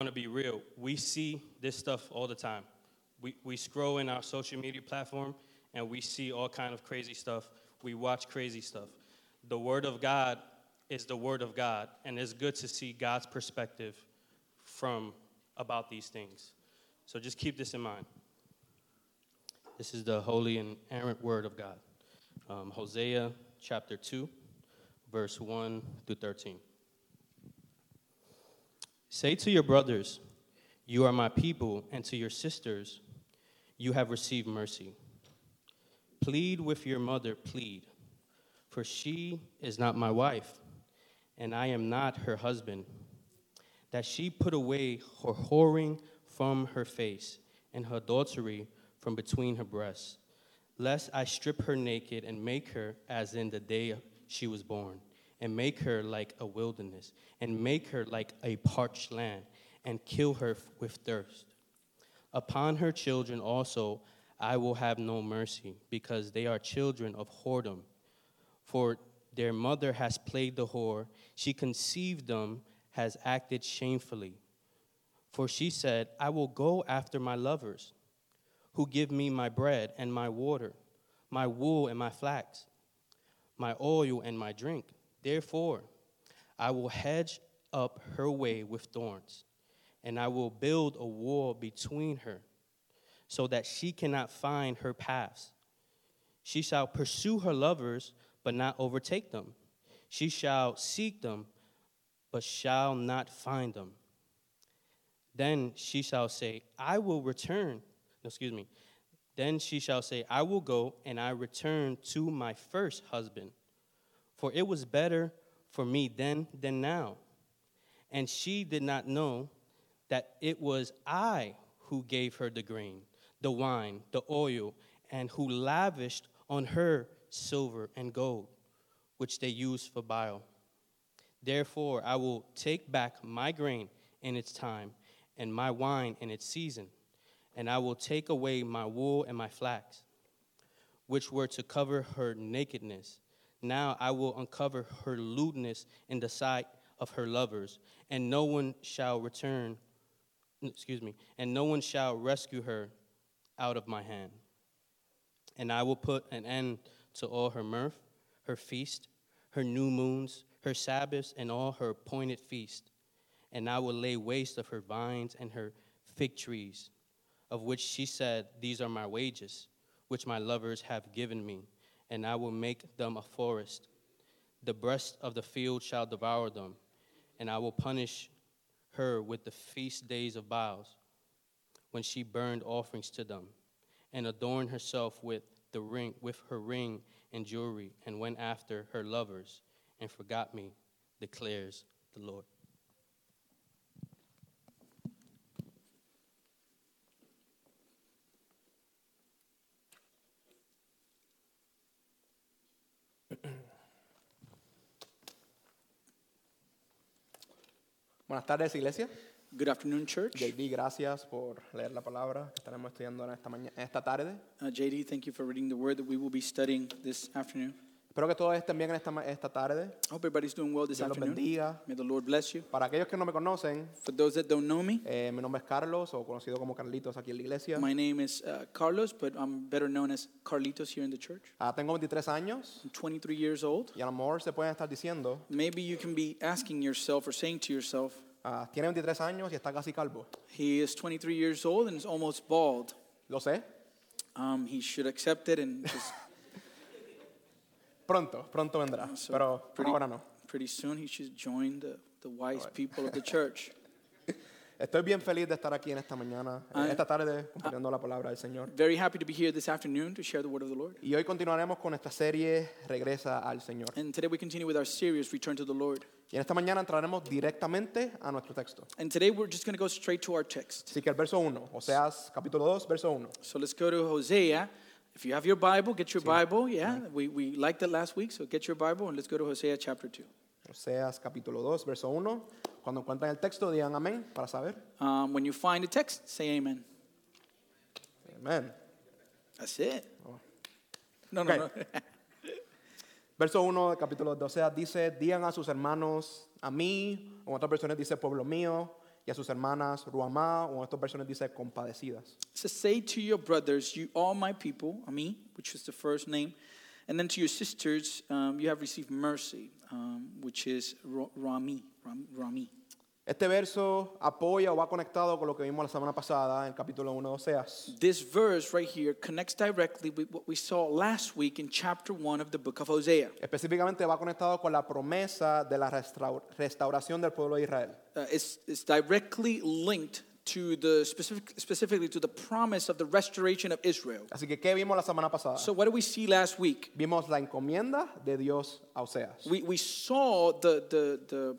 going to be real. We see this stuff all the time. We, we scroll in our social media platform and we see all kind of crazy stuff. We watch crazy stuff. The word of God is the word of God, and it's good to see God's perspective from about these things. So just keep this in mind. This is the holy and errant word of God. Um, Hosea chapter 2, verse 1 through 13. Say to your brothers, You are my people, and to your sisters, You have received mercy. Plead with your mother, plead, for she is not my wife, and I am not her husband, that she put away her whoring from her face and her adultery from between her breasts, lest I strip her naked and make her as in the day she was born and make her like a wilderness, and make her like a parched land, and kill her f- with thirst. Upon her children also I will have no mercy, because they are children of whoredom. For their mother has played the whore, she conceived them, has acted shamefully. For she said, I will go after my lovers, who give me my bread and my water, my wool and my flax, my oil and my drink. Therefore, I will hedge up her way with thorns, and I will build a wall between her, so that she cannot find her paths. She shall pursue her lovers, but not overtake them. She shall seek them, but shall not find them. Then she shall say, I will return. No, excuse me. Then she shall say, I will go, and I return to my first husband for it was better for me then than now. And she did not know that it was I who gave her the grain, the wine, the oil, and who lavished on her silver and gold, which they used for bile. Therefore, I will take back my grain in its time, and my wine in its season, and I will take away my wool and my flax, which were to cover her nakedness. Now I will uncover her lewdness in the sight of her lovers, and no one shall return, excuse me, and no one shall rescue her out of my hand. And I will put an end to all her mirth, her feast, her new moons, her Sabbaths, and all her appointed feast. And I will lay waste of her vines and her fig trees, of which she said, These are my wages, which my lovers have given me and I will make them a forest. The breast of the field shall devour them, and I will punish her with the feast days of Biles, when she burned offerings to them, and adorned herself with the ring with her ring and jewelry, and went after her lovers, and forgot me, declares the Lord. Buenas tardes, iglesia. Good afternoon, church. JD, gracias por leer la palabra que estaremos estudiando en esta, maña- en esta tarde. Uh, JD, thank you for reading the word that we will be studying this afternoon. Espero que todos estén bien en esta, ma- esta tarde. I hope everybody's doing well this Dios los afternoon. bendiga. May the Lord bless you. Para aquellos que no me conocen, For those that don't know me, eh, mi nombre es Carlos, o conocido como Carlitos aquí en la iglesia. my name is uh, Carlos, but I'm better known as Carlitos here in the church. Ah, tengo 23 años I'm 23 years old. y a lo mejor se pueden estar diciendo, Maybe you can be asking yourself or saying to yourself, ah, tiene 23 años y está casi calvo. he is 23 years old and is almost bald. Lo sé. Um, he should accept it and just Pronto, pronto vendrá, So, pero pretty- ahora no. pretty soon he should join the, the wise people of the church. Estoy bien feliz de estar aquí en esta mañana, en I- esta tarde, cumpliendo la palabra del Señor. Very happy to be here this afternoon to share the word of the Lord. Y hoy continuaremos con esta serie Regresa al Señor. And today we continue with our series, Return to the Lord. Y en esta mañana entraremos directamente a nuestro texto. And today we're just going to go straight to our text. Así que el verso 1, Oseas capítulo 2, verso 1. So let's go to Hosea. If you have your Bible, get your Bible. Yeah, we, we liked that last week, so get your Bible and let's go to Hosea chapter 2. Oseas capítulo 2, verso 1. Cuando encuentren el texto, digan amén para saber. Um, when you find the text, say amen. Amén. That's it. No, no, Okay. no. Verso 1 del capítulo 2, Oseas dice, digan a sus hermanos, a mí, o otras personas dice, pueblo mío, y a sus hermanas, Ruamá, o en estas versiones dice compadecidas. It says, Say to your brothers, you all my people, Ami, which is the first name, and then to your sisters, um, you have received mercy, um, which is Ro- Rami. Ram- Rami. Este verso apoya o va conectado con lo que vimos la semana pasada en el capítulo 1 de Oseas. This verse right here connects directly with what we saw last week in chapter 1 of the book of Hosea. Específicamente va conectado con la promesa de la restaur- restauración del pueblo de Israel. Uh, it's, it's directly linked to the specific, specifically to the promise of the restoration of Israel. Así que, ¿qué vimos la semana pasada? So what do we see last week? vimos la encomienda de Dios a Oseas. We, we saw the, the, the,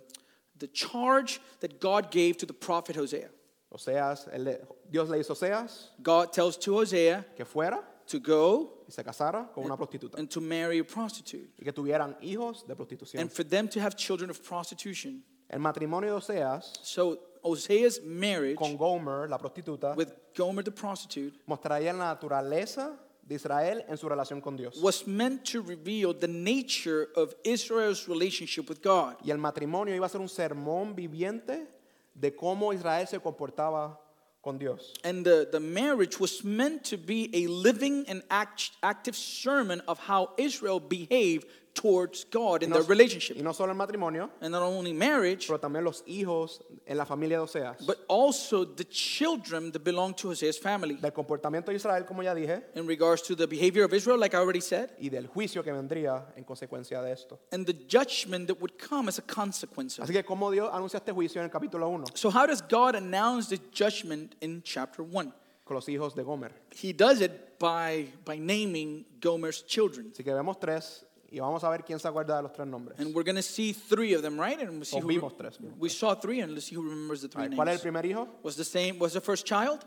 the charge that God gave to the prophet Hosea. Oseas, él le- Dios le hizo a Oseas God tells to Hosea que fuera to go y se casara con una prostituta and to marry a prostitute y que tuvieran hijos de prostitución. and for them to have children of prostitution. El matrimonio de Oseas So Hosea's marriage con Gomer, la prostituta, with Gomer the prostitute mostraría la naturaleza de Israel en su relación con Dios. was meant to reveal the nature of Israel's relationship with God. Y el matrimonio iba a ser un sermón viviente de cómo Israel se comportaba con Dios. And the, the marriage was meant to be a living and act, active sermon of how Israel behaved towards God in No- their relationship. Y no solo el matrimonio, And not only marriage, pero también los hijos en la familia de Oseas. but also the children that belong to Hosea's family. Del comportamiento de Israel, como ya dije, In regards to the behavior of Israel, like I already said, y del juicio que vendría en consecuencia de esto. and the judgment that would come as a consequence of Así it. que como Dios anuncia este juicio en el capítulo 1 So, how does God announce the judgment in chapter 1? con los hijos de Gomer. He does it by, by naming Gomer's children. Así que vemos tres y vamos a ver quién se acuerda de los tres nombres. And we're going to see three of them, right? And we'll see O who vimos tres, vimos we saw three, and let's see who remembers the A three ver, ¿Cuál es el names. primer hijo? Was the same? Was the first child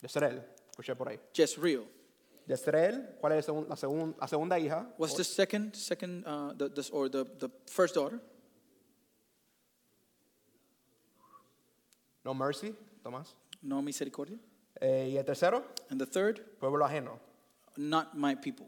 Jezreel. Escuché por ahí. Jezreel? Jezreel. ¿Cuál es el segun- la, segun- la segunda hija? Was the second, second, uh, the, this, or the, the first daughter? No Mercy, Tomás. No misericordia. Eh, y el tercero, And the third, pueblo ajeno. not my people.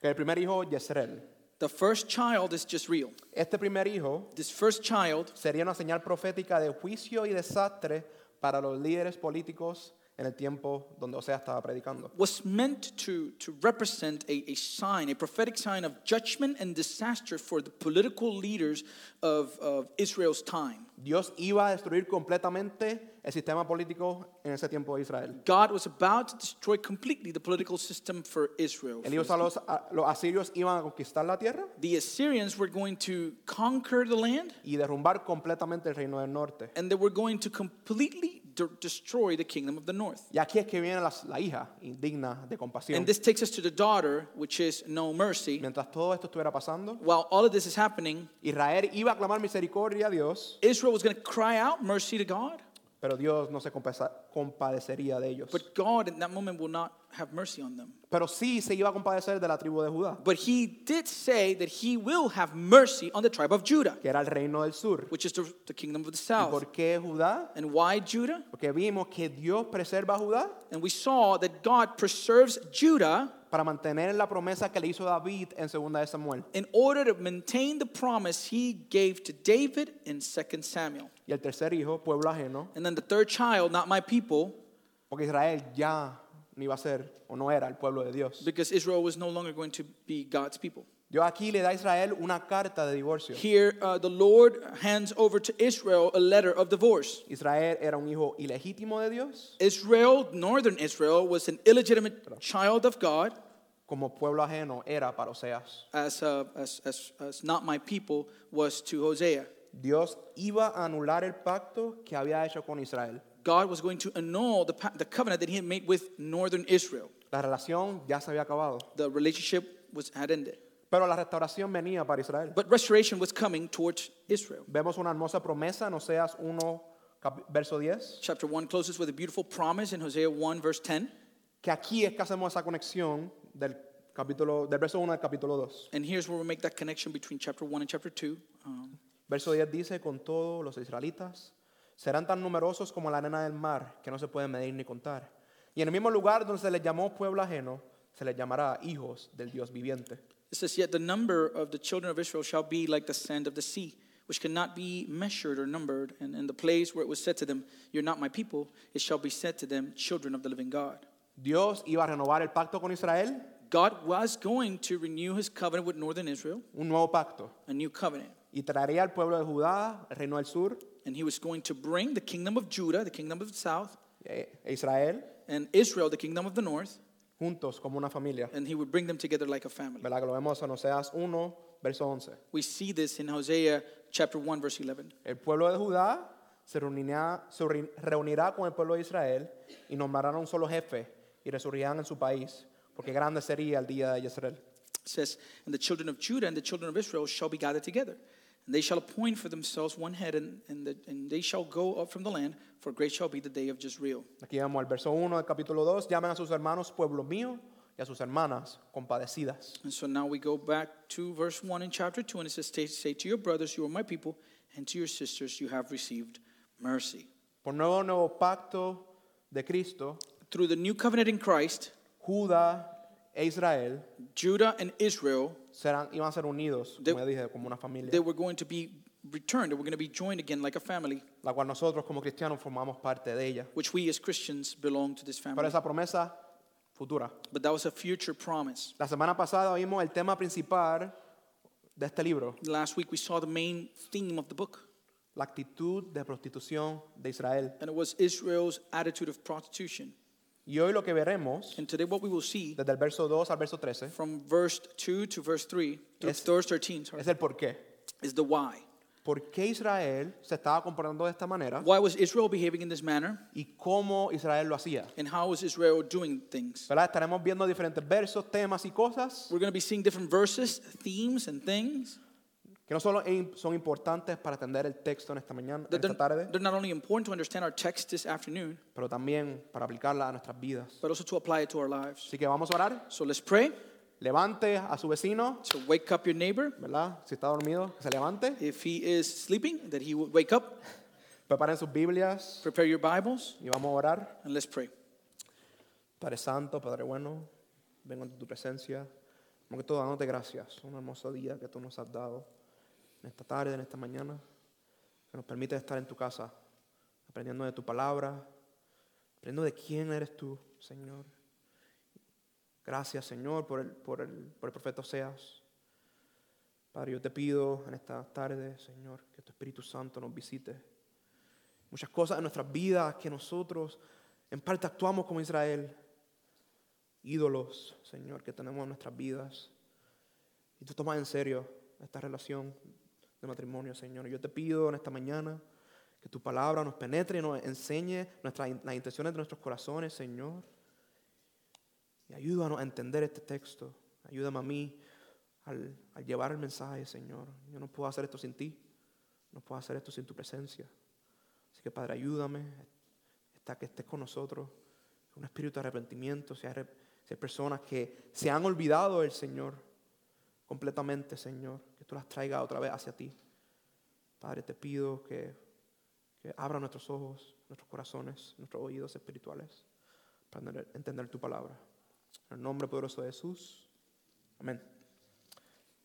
Que el primer hijo, Jezreel. The first child is Jezreel. Este primer hijo This first child sería una señal profética de juicio y desastre para los líderes políticos en el tiempo donde Osea estaba predicando. was meant to, to represent a, a sign, a prophetic sign of judgment and disaster for the political leaders of, of Israel's time. Dios iba a destruir completamente el sistema político en ese tiempo de Israel. God was about to destroy completely the political system for Israel. Él iba a- los, a- los asirios iban a conquistar la tierra The Assyrians were going to conquer the land y derrumbar completamente el reino del norte. and they were going to completely de- destroy the kingdom of the north. Y aquí es que viene las- la, hija indigna de compasión. And this takes us to the daughter, which is no mercy. Mientras todo esto estuviera pasando, While all of this is happening, Israel iba a clamar misericordia a Dios, Israel was going to cry out mercy to God, pero Dios no se compasa- compadecería de ellos. but God in that moment will not have mercy on them. Pero sí se iba a compadecer de la tribu de Judá, But he did say that he will have mercy on the tribe of Judah, que era el reino del sur. which is the, the kingdom of ¿Y the south. por qué Judá? And why Judah? Porque vimos que Dios preserva a Judá And we saw that God preserves Judah para mantener la promesa que le hizo David en 2 de Samuel. in order to maintain the promise he gave to David in 2 Samuel. Y el tercer hijo, pueblo ajeno, And then the third child, not my people, porque Israel ya no iba a ser o no era el pueblo de Dios. because Israel was no longer going to be God's people. Dios aquí le da a Israel una carta de divorcio. Here, uh, the Lord hands over to Israel a letter of divorce. Israel era un hijo ilegítimo de Dios, Israel, northern Israel, was an illegitimate child of God. como pueblo ajeno era para Oseas. as, uh, as, as, as not my people was to Hosea. Dios iba a anular el pacto que había hecho con Israel. God was going to annul the, pa- the covenant that he had made with northern Israel. La relación ya se había acabado, The relationship was, had ended. pero la restauración venía para Israel. But restoration was coming towards Israel. Vemos una hermosa promesa en Oseas 1, cap- verso 10, Chapter 1 closes with a beautiful promise in Hosea 1, verse 10. que aquí es que hacemos esa conexión del, capítulo, del verso 1 al capítulo 2. And here's where we make that connection between chapter 1 and chapter 2. Um, Verso 10 dice, con todo los israelitas serán tan numerosos como la arena del mar, que no se pueden medir ni contar. Y en el mismo lugar donde se les llamó pueblo ajeno, se les llamará hijos del Dios viviente. it says, Yet the number of the children of Israel shall be like the sand of the sea, which cannot be measured or numbered. And in the place where it was said to them, You're not my people, it shall be said to them, Children of the living God. Dios iba a renovar el pacto con Israel, God was going to renew his covenant with northern Israel, un nuevo pacto, a new covenant. y traería al pueblo de Judá, el reino del sur, And he was going to bring the kingdom of Judah, the kingdom of the south, eh, e Israel, and Israel, the kingdom of the north, juntos como una familia. and he would bring them together like a family. ¿Verdad? Que lo vemos en Oseas 1, verso 11. We see this in Hosea chapter 1, verse 11. El pueblo de Judá se reunirá, se re- reunirá con el pueblo de Israel y nombrarán un solo jefe y resurgirán en su país, porque grande sería el día de Yisrael. It says, And the children of Judah and the children of Israel shall be gathered together, and they shall appoint for themselves one head, and, and, the, and they shall go up from the land, for great shall be the day of Jezreel. Aquí vemos el verso 1 del capítulo 2, llaman a sus hermanos pueblo mío y a sus hermanas compadecidas. And so now we go back to verse 1 in chapter 2, and it says, Say- Say to your brothers, You are my people, and to your sisters, You have received mercy. Por nuevo nuevo pacto de Cristo, Through the new covenant in Christ, Judá e Israel Judah and Israel, serán, iban a ser unidos, De- como ya dije, como una familia, they were going to be returned, they were going to be joined again like a family, la cual nosotros como cristianos formamos parte de ella. which we as Christians belong to this Pero family. esa promesa futura. But that was a future promise. La semana pasada vimos el tema principal de este libro, Last week we saw the main theme of the book, la actitud de prostitución de Israel. and it was Israel's attitude of prostitution. Y hoy lo que veremos, And today, what we will see desde el verso 2 al verso 13, from verse 2 to verse 3, to Es- verse 13, sorry, es el por qué. is the why. ¿Por qué Israel se estaba comportando de esta manera? Why was Israel behaving in this manner, ¿Y cómo Israel lo hacía? and how was Israel doing things? ¿Verdad? Estaremos viendo diferentes versos, temas y cosas We're going to be seeing different verses, themes, and things que no solo im- son importantes para atender el texto en esta mañana, en that esta they're, tarde, they're not only important to understand our text this afternoon, pero también para aplicarla a nuestras vidas. but also to apply it to our lives. Así que vamos a orar. So let's pray. Levante a su vecino, So wake up your neighbor. ¿verdad? Si está dormido, que se levante. If he is sleeping, that he would wake up, Preparen sus Biblias prepare your Bibles, y vamos a orar. and let's pray. Padre Santo, Padre Bueno, vengo ante tu presencia. Como que todo, dándote gracias. Un hermoso día que tú nos has dado en esta tarde, en esta mañana, que nos permite estar en tu casa, aprendiendo de tu palabra, aprendiendo de quién eres tú, Señor. Gracias, Señor, por el, por el, por el profeta Seas. Padre, yo te pido en esta tarde, Señor, que tu Espíritu Santo nos visite. Muchas cosas en nuestras vidas que nosotros en parte actuamos como Israel. Ídolos, Señor, que tenemos en nuestras vidas. Y tú tomas en serio esta relación de matrimonio, Señor. Yo te pido en esta mañana que tu palabra nos penetre y nos enseñe nuestras, in- las intenciones de nuestros corazones, Señor. Y ayúdanos a entender este texto. Ayúdame a mí al, al llevar el mensaje, Señor. Yo no puedo hacer esto sin ti. No puedo hacer esto sin tu presencia. Así que Padre, ayúdame, está que estés con nosotros, un espíritu de arrepentimiento, si hay, re- si hay personas que se han olvidado del Señor completamente, Señor, que tú las traigas otra vez hacia ti. Padre, te pido que, que abra nuestros ojos, nuestros corazones, nuestros oídos espirituales para entender, entender tu palabra. En el nombre poderoso de Jesús. Amén.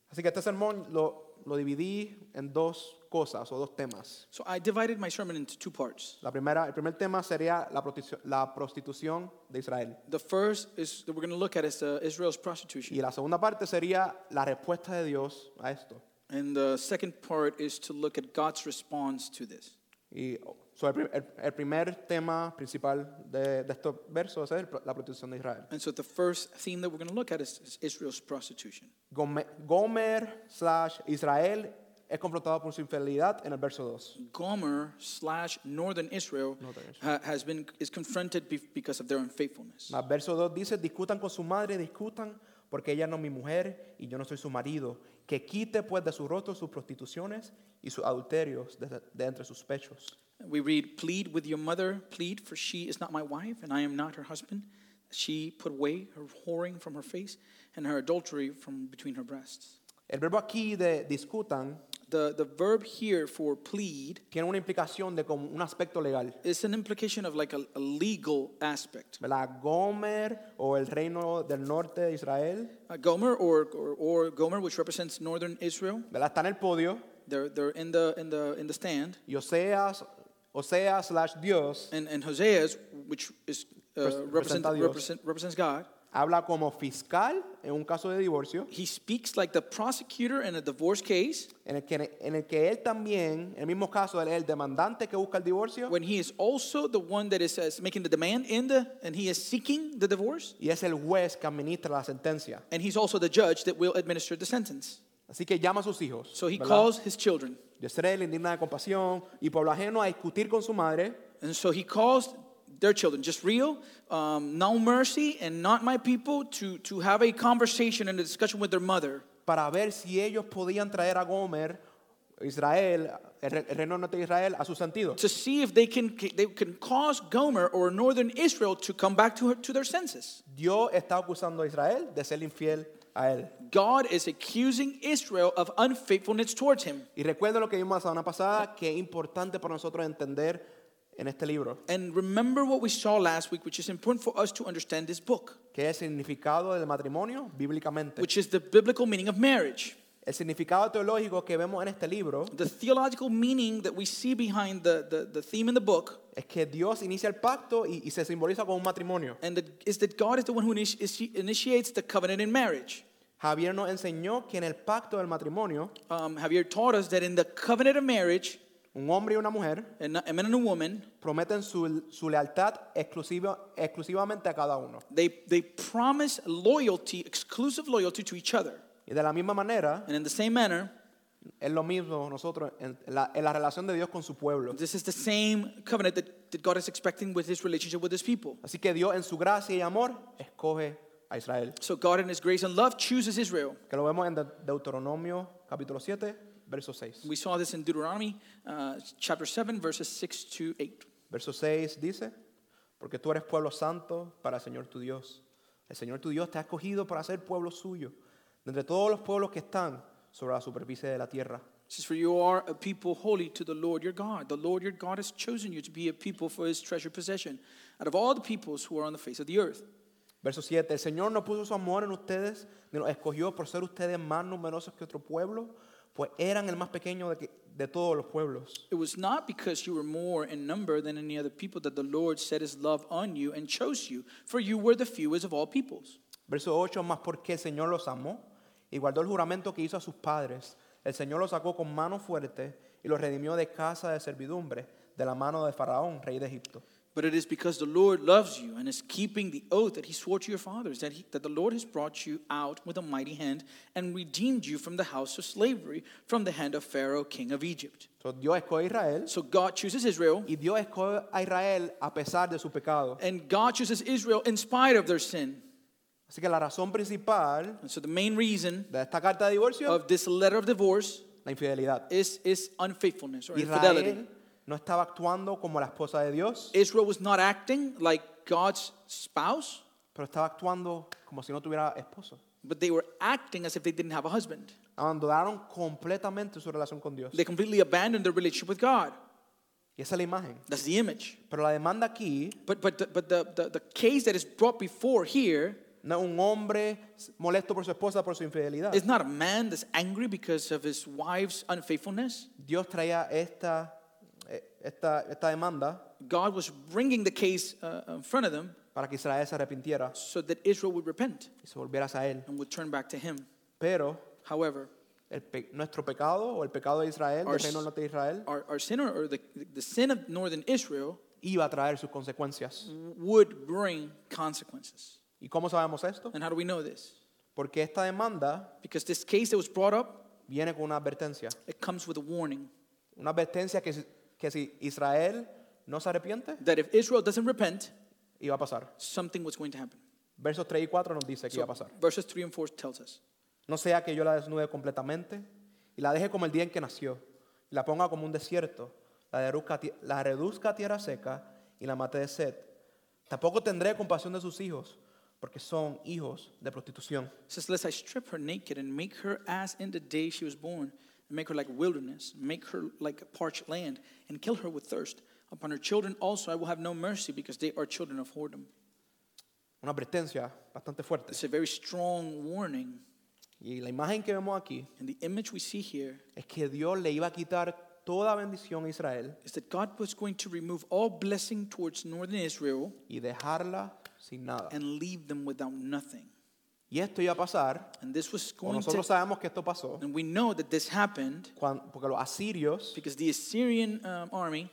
Así que este sermón lo, lo dividí en dos cosas o dos temas. So I divided my sermon into two parts. La primera, el primer tema sería la prostitu- la prostitución, de Israel. The first is that we're going to look at is uh, Israel's prostitution, Y la segunda parte sería la respuesta de Dios a esto. and the second part is to look at God's response to this. Y so, el, pri- el- el primer tema principal de, de estos versos es el pro- la prostitución de Israel. And so the first theme that we're going to look at is, is Israel's prostitution. Gome- Gomer slash Israel es confrontado por su infidelidad en el verso 2. Gomer slash northern Israel, Northern Israel. ha- has been is confronted be- because of their unfaithfulness. El verso 2 dice, discutan con su madre, discutan, porque ella no es mi mujer y yo no soy su marido. Que quite pues de su rostro sus prostituciones y sus adulterios de- de entre sus pechos. We read, "Plead with your mother, plead, for she is not my wife, and I am not her husband. She put away her whoring from her face, and her adultery from between her breasts." El verbo aquí de discutan The the verb here for plead tiene una implicación de como un aspecto legal. It's an implication of like a, a legal aspect. ¿Verdad? Gomer o el reino del norte de Israel, Uh, Gomer or, or, or Gomer, which represents northern Israel, ¿verdad? Está en el podio, They're, they're in, the, in, the, in the stand. Y Oseas, Oseas slash Dios, And, and Hosea, is- which is, Pres- uh, represent, presenta a Dios. represent, represents God, habla como fiscal en un caso de divorcio, he speaks like the prosecutor in a divorce case en el que, en el que él también, en el mismo caso, él es el demandante que busca el divorcio when he is also the one that is uh, making the demand in the, and he is seeking the divorce. y es el juez que administra la sentencia. And he's also the judge that will administer the sentence. Así que llama a sus hijos. So he ¿verdad? calls his children. Yosrel, indigna de compasión, y pueblo ajeno a discutir con su madre. And so he calls their children, just real, um, no mercy, and not my people, to, to have a conversation and a discussion with their mother para ver si ellos podían traer a Gomer, Israel, el, re- el reino norte de Israel, a sus sentidos. to see if they can, they can cause Gomer or northern Israel to come back to, her, to their senses. Dios está acusando a Israel de ser infiel a él. God is accusing Israel of unfaithfulness towards him. Y recuerda lo que vimos la semana pasada, que es importante para nosotros entender en este libro, And remember what we saw last week, which is important for us to understand this book, que es el significado del matrimonio bíblicamente. which is the biblical meaning of marriage. El significado teológico que vemos en este libro The theological meaning that we see behind the, the, the theme in the book es que Dios inicia el pacto y, y se simboliza con un matrimonio. and that is that God is the one who initi- is- initiates the covenant in marriage. Javier nos enseñó que en el pacto del matrimonio, Um, Javier taught us that in the covenant of marriage, un hombre y una mujer and a man and a woman, prometen su, su lealtad exclusiva, exclusivamente a cada uno. they, they promise loyalty, exclusive loyalty to each other. Y de la misma manera, And in the same manner, es lo mismo nosotros en la, en la relación de Dios con su pueblo. this is the same covenant that, that God is expecting with his relationship with his people. Así que Dios en su gracia y amor escoge a Israel. So God in his grace and love chooses Israel. Que lo vemos en De- Deuteronomio capítulo 7, verso 6. We saw this in Deuteronomy uh, chapter 7, verses 6 to 8. Verso 6 dice, porque tú eres pueblo santo para el Señor tu Dios. El Señor tu Dios te ha escogido para ser pueblo suyo, de entre todos los pueblos que están sobre la superficie de la tierra. It says, For you are a people holy to the Lord your God. The Lord your God has chosen you to be a people for his treasured possession out of all the peoples who are on the face of the earth. Verso 7, el Señor no puso su amor en ustedes, ni los escogió por ser ustedes más numerosos que otro pueblo, pues eran el más pequeño de, que- de todos los pueblos. It was not because you were more in number than any other people that the Lord set his love on you and chose you, for you were the fewest of all peoples. Verso 8, más porque el Señor los amó y guardó el juramento que hizo a sus padres. El Señor los sacó con mano fuerte y los redimió de casa de servidumbre, de la mano de Faraón, rey de Egipto. But it is because the Lord loves you and is keeping the oath that he swore to your fathers that, he, that the Lord has brought you out with a mighty hand and redeemed you from the house of slavery, from the hand of Pharaoh, king of Egypt. Entonces, Dios escoge a Israel So God chooses Israel, y Dios escoge a Israel a pesar de su pecado. and God chooses Israel in spite of their sin. Así que la razón principal And so the main reason de esta carta de divorcio, of this letter of divorce la infidelidad. is, is unfaithfulness or infidelity. Israel no estaba actuando como la esposa de Dios, Israel was not acting like God's spouse, pero estaba actuando como si no tuviera esposo. but they were acting as if they didn't have a husband. Abandonaron completamente su relación con Dios. They completely abandoned their relationship with God. Y esa es la imagen. That's the image. Pero la demanda aquí But, but, the, but the, the, the case that is brought before here no es un hombre molesto por su esposa por su infidelidad. is not a man that's angry because of his wife's unfaithfulness. Dios traía esta, eh, esta, esta demanda God was bringing the case uh, in front of them para que Israel se arrepintiera so that Israel would repent y se volviera a él. and would turn back to him. Pero However, el pe- nuestro pecado o el pecado de Israel, del Our- reino del norte de Israel, our, our sin or the, the sin of northern Israel iba a traer sus consecuencias. would bring consequences. ¿Y cómo sabemos esto? And how do we know this? Porque esta demanda Because this case that was brought up, viene con una advertencia. it comes with a warning Una advertencia que, si- que si Israel no se arrepiente, that if Israel doesn't repent, iba a pasar. something was going to happen. Versos 3 y 4 nos dice que iba a pasar. verses 3 and 4 tells us. No sea que yo la desnude completamente y la deje como el día en que nació, y la ponga como un desierto, la reduzca, a ti- la reduzca a tierra seca y la mate de sed. Tampoco tendré compasión de sus hijos, porque son hijos de prostitución. It says, Lest I strip her naked and make her as in the day she was born, and make her like wilderness, make her like a parched land, and kill her with thirst. Upon her children also I will have no mercy, because they are children of whoredom. Una advertencia bastante fuerte. It's a very strong warning. Y la imagen que vemos aquí And the image we see here es que Dios le iba a quitar toda bendición a Israel is that God was going to remove all blessing towards northern Israel y dejarla sin nada. and leave them without nothing. Y esto iba a pasar, And this was o going nosotros to, sabemos que esto pasó, and we know that this happened cuan- porque los asirios because the Assyrian um, army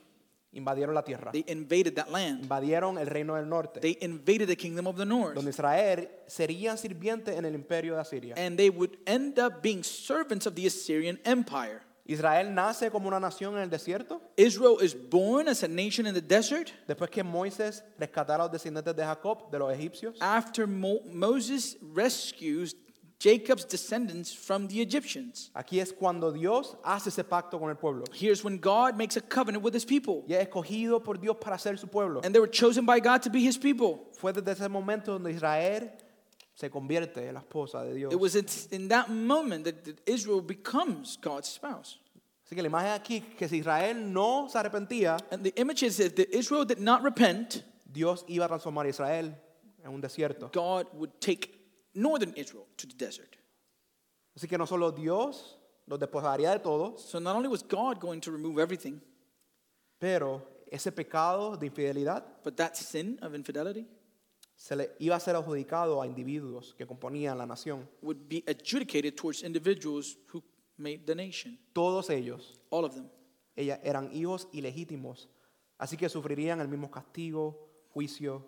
invadieron la tierra, they invaded that land. invadieron el reino del norte, They invaded the kingdom of the north, donde Israel serían sirvientes en el imperio de Asiria. and they would end up being servants of the Assyrian empire. Israel nace como una nación en el desierto, Israel is born as a nation in the desert después que Moisés rescatara a los descendientes de Jacob de los egipcios. after Mo- Moses rescues Jacob's descendants from the Egyptians. Aquí es cuando Dios hace ese pacto con el pueblo. Here's when God makes a covenant with his people. Y es escogido por Dios para ser su pueblo. And they were chosen by God to be his people. Fue desde ese momento donde Israel se convierte en la esposa de Dios. It was at- in that moment that that Israel becomes God's spouse. Así que la imagen aquí que si Israel no se arrepentía, And the image is that if Israel did not repent, Dios iba a transformar a Israel en un desierto. God would take northern Israel to the desert. Así que no solo Dios los despojaría de todos, So not only was God going to remove everything, pero ese pecado de infidelidad but that sin of infidelity se le iba a ser adjudicado a individuos que componían la nación. would be adjudicated towards individuals who made the nation, Todos ellos all of them. ella, eran hijos ilegítimos, así que sufrirían el mismo castigo, juicio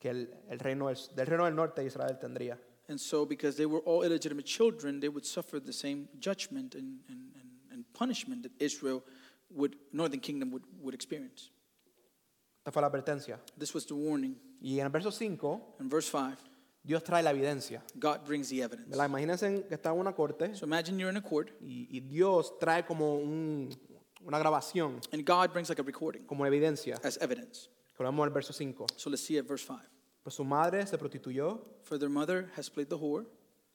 que el, el reino del, del reino del norte de Israel tendría. And so, because they were all illegitimate children, they would suffer the same judgment and, and, and, and punishment that Israel would, northern kingdom would, would experience. Esta fue la advertencia. This was the warning. Y en el verso 5, In verse 5, Dios trae la evidencia. God brings the evidence. ¿verdad? Imagínense que está en una corte So imagine you're in a court y, y Dios trae como un- una grabación, and God brings like a recording como evidencia, as evidence. que lo vemos en el verso 5. So let's see at verse 5. Pues su madre se prostituyó, For their mother has played the whore,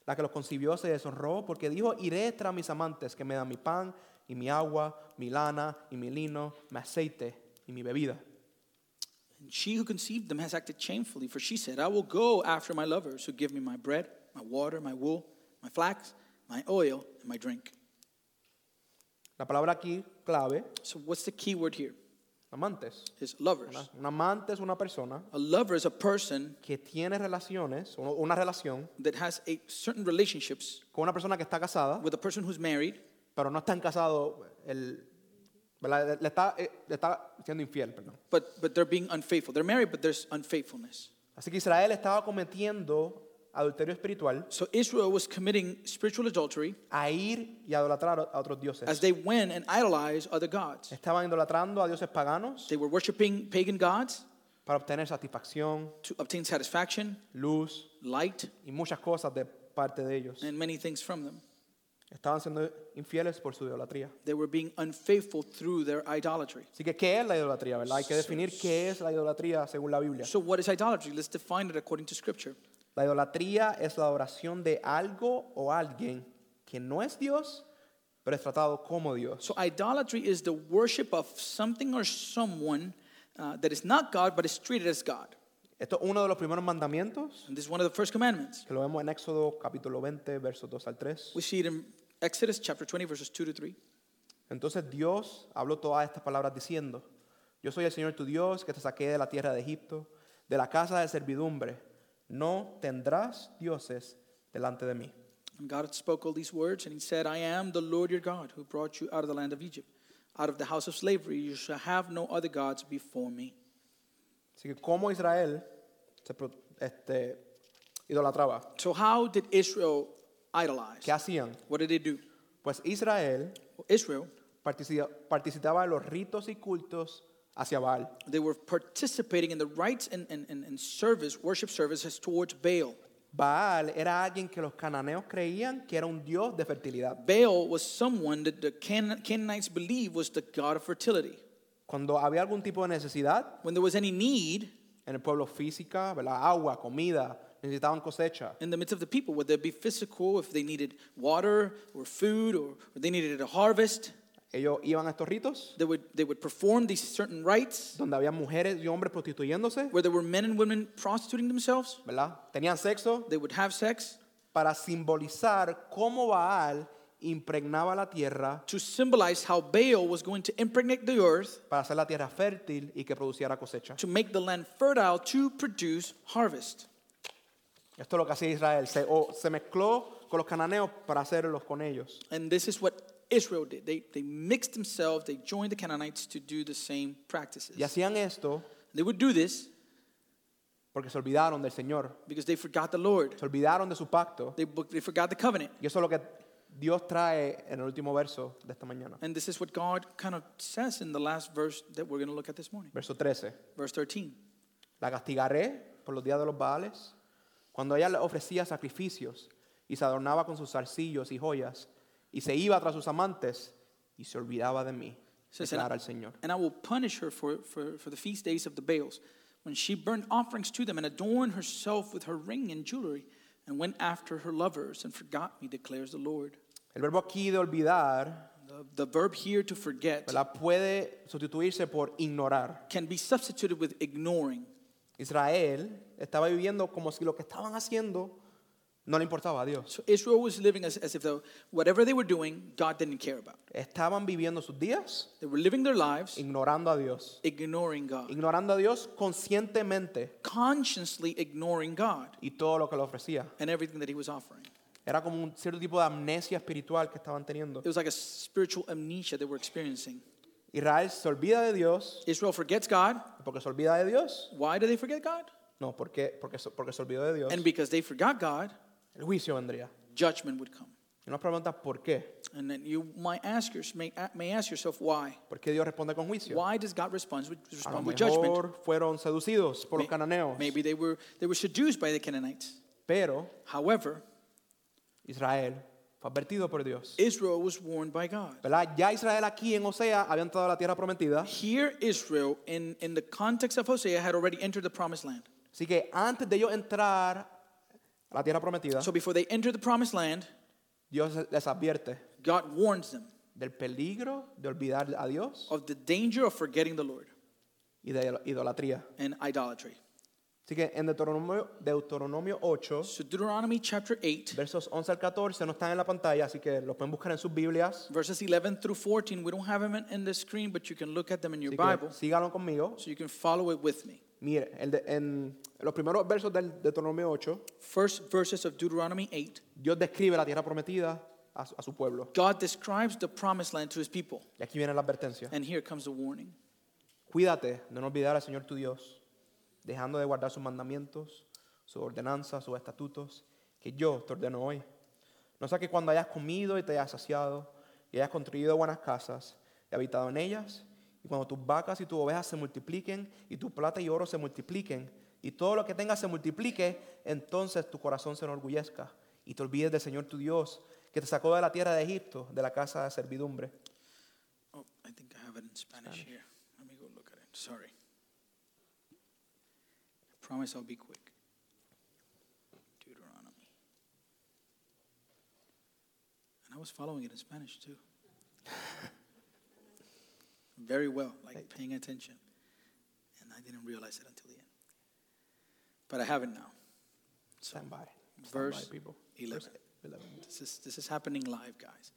la que los concibió se deshonró, porque dijo, iré tras mis amantes que me dan mi pan y mi agua, mi lana y mi lino, mi aceite y mi bebida. and she who conceived them has acted shamefully, for she said, I will go after my lovers who give me my bread, my water, my wool, my flax, my oil, and my drink. La palabra aquí, clave, So what's the key word here? amantes. Is lovers. ¿verdad? Un amante es una persona A lover is a person que tiene relaciones, o una relación that has a certain relationships con una persona que está casada, with a person who's married, pero no están casados, el, ¿verdad? Le, está, eh, le está siendo infiel. Perdón. but, but they're being unfaithful. They're married, but there's unfaithfulness. Así que Israel estaba cometiendo adulterio espiritual So Israel was committing spiritual adultery a ir y idolatrar a otros as dioses. they went and idolized other gods. Estaban idolatrando a dioses paganos They were worshiping pagan gods para obtener satisfacción, to obtain satisfaction, luz light, y muchas cosas de parte de ellos. and many things from them. Estaban siendo infieles por su idolatría. They were being unfaithful through their idolatry. Así que, ¿qué es la idolatría? ¿verdad? Hay que definir qué es la idolatría según la Biblia. So, what is idolatry? Let's define it according to Scripture. La idolatría es la adoración de algo o alguien que no es Dios, pero es tratado como Dios. So, idolatry is the worship of something or someone uh, that is not God but is treated as God. Esto es uno de los primeros mandamientos And this is one of the first commandments. que lo vemos en Éxodo capítulo 20, versos 2 al 3. We see it in Exodus chapter 20, verses 2 to 3. Entonces Dios habló todas estas palabras diciendo, yo soy el Señor tu Dios que te saqué de la tierra de Egipto, de la casa de servidumbre. No tendrás dioses delante de mí. And God spoke all these words, and He said, I am the Lord your God who brought you out of the land of Egypt, out of the house of slavery. You shall have no other gods before me. Así que como Israel se pro- este, idolatraba, So, how did Israel idolize? ¿qué hacían? What did they do? Pues Israel Well, Israel, partici- participaba en los ritos y cultos hacia Baal. they were participating in the rites and, and, and, and service, worship services towards Baal. Baal era alguien que los cananeos creían que era un dios de fertilidad. Baal was someone that the Can- Canaanites believed was the god of fertility. Cuando había algún tipo de necesidad When there was any need en el pueblo física, ¿verdad? agua, comida, necesitaban cosecha, in the midst of the people, whether it be physical, if they needed water or food or, or they needed a harvest, ellos iban a estos ritos they would, they would perform these certain rites donde había mujeres y hombres prostituyéndose, where there were men and women prostituting themselves. ¿verdad? Tenían sexo, They would have sex, para simbolizar cómo Baal impregnaba la tierra to symbolize how Baal was going to impregnate the earth para hacer la tierra fértil y que produciera cosecha. to make the land fertile to produce harvest. Esto es lo que hacía Israel. Se, o- se mezcló con los cananeos para hacerlos con ellos. And this is what Israel did. They, they mixed themselves, they joined the Canaanites to do the same practices. Y hacían esto They would do this porque se olvidaron del Señor, because they forgot the Lord, se olvidaron de su pacto. they, bo- they forgot the covenant. Y eso es lo que Dios trae en el último verso de esta mañana. And this is what God kind of says in the last verse that we're going to look at this morning, Verso 13. verse 13. La castigaré por los días de los Baales, cuando ella le ofrecía sacrificios y se adornaba con sus zarcillos y joyas, y se iba tras sus amantes y se olvidaba de mí, Says, declara el Señor. And I will punish her for, for, for the feast days of the Baals, when she burned offerings to them and adorned herself with her ring and jewelry, and went after her lovers and forgot me, declares the Lord. El verbo aquí de olvidar The, the verb here to forget ¿verdad? puede sustituirse por ignorar. can be substituted with ignoring. Israel estaba viviendo como si lo que estaban haciendo no le importaba a Dios. So Israel was living as, as if though whatever they were doing, God didn't care about. Estaban viviendo sus días They were living their lives ignorando a Dios. ignoring God, Ignorando a Dios conscientemente consciously ignoring God y todo lo que le ofrecía. and everything that He was offering. Era como un cierto tipo de amnesia espiritual que estaban teniendo. It was like a spiritual amnesia they were experiencing. Israel se olvida de Dios. Israel forgets God. Porque se olvida de Dios. Why do they forget God? No, porque, porque, se- porque se olvidó de Dios. And because they forgot God, El juicio vendría. judgment would come. Y nos preguntas por qué. And then you might ask, your, may, may ask yourself why. ¿Por qué Dios responde con juicio? Why does God respond with, A lo respond with judgment? mejor fueron seducidos por los May- cananeos. Maybe they were, they were seduced by the Canaanites. Pero However, Israel fue advertido por Dios. Israel was warned by God. ¿Verdad? Ya Israel aquí en Osea había entrado a la tierra prometida. Here, Israel, in, in the context of Hosea, had already entered the promised land. Así que antes de ellos entrar a la tierra prometida, So before they enter the promised land, Dios les advierte God warns them del peligro de olvidar a Dios of the danger of forgetting the Lord y de idolatría. and idolatry. Así que en Deuteronomio, Deuteronomio 8, So Deuteronomy chapter 8, versos 11 al 14, no están en la pantalla, así que los pueden buscar en sus Biblias. verses 11 through 14. We don't have them in- in the screen, but you can look at them in your Así Bible que síganlo conmigo. so you can follow it with me. Mire, el de- en los primeros versos del Deuteronomio 8, First verses of Deuteronomy 8, Dios describe la tierra prometida a su, a su pueblo. God describes the promised land to his people. Y aquí viene la advertencia. And here comes the warning. Cuídate de no olvidar al Señor tu Dios, dejando de guardar sus mandamientos, sus ordenanzas, sus estatutos, que yo te ordeno hoy. No sea que cuando hayas comido y te hayas saciado, y hayas construido buenas casas y habitado en ellas, y cuando tus vacas y tus ovejas se multipliquen, y tu plata y oro se multipliquen, y todo lo que tengas se multiplique, entonces tu corazón se enorgullezca, y te olvides del Señor tu Dios, que te sacó de la tierra de Egipto, de la casa de servidumbre. Oh, I think I have it in Spanish, here. Let me go look at it. Sorry. I promise I'll be quick. Deuteronomy. And I was following it in Spanish too. Very well, like paying attention. And I didn't realize it until the end. But I have it now. Stand by. Stand Verse by, people. 11. Verse 11. This is, this is happening live, guys.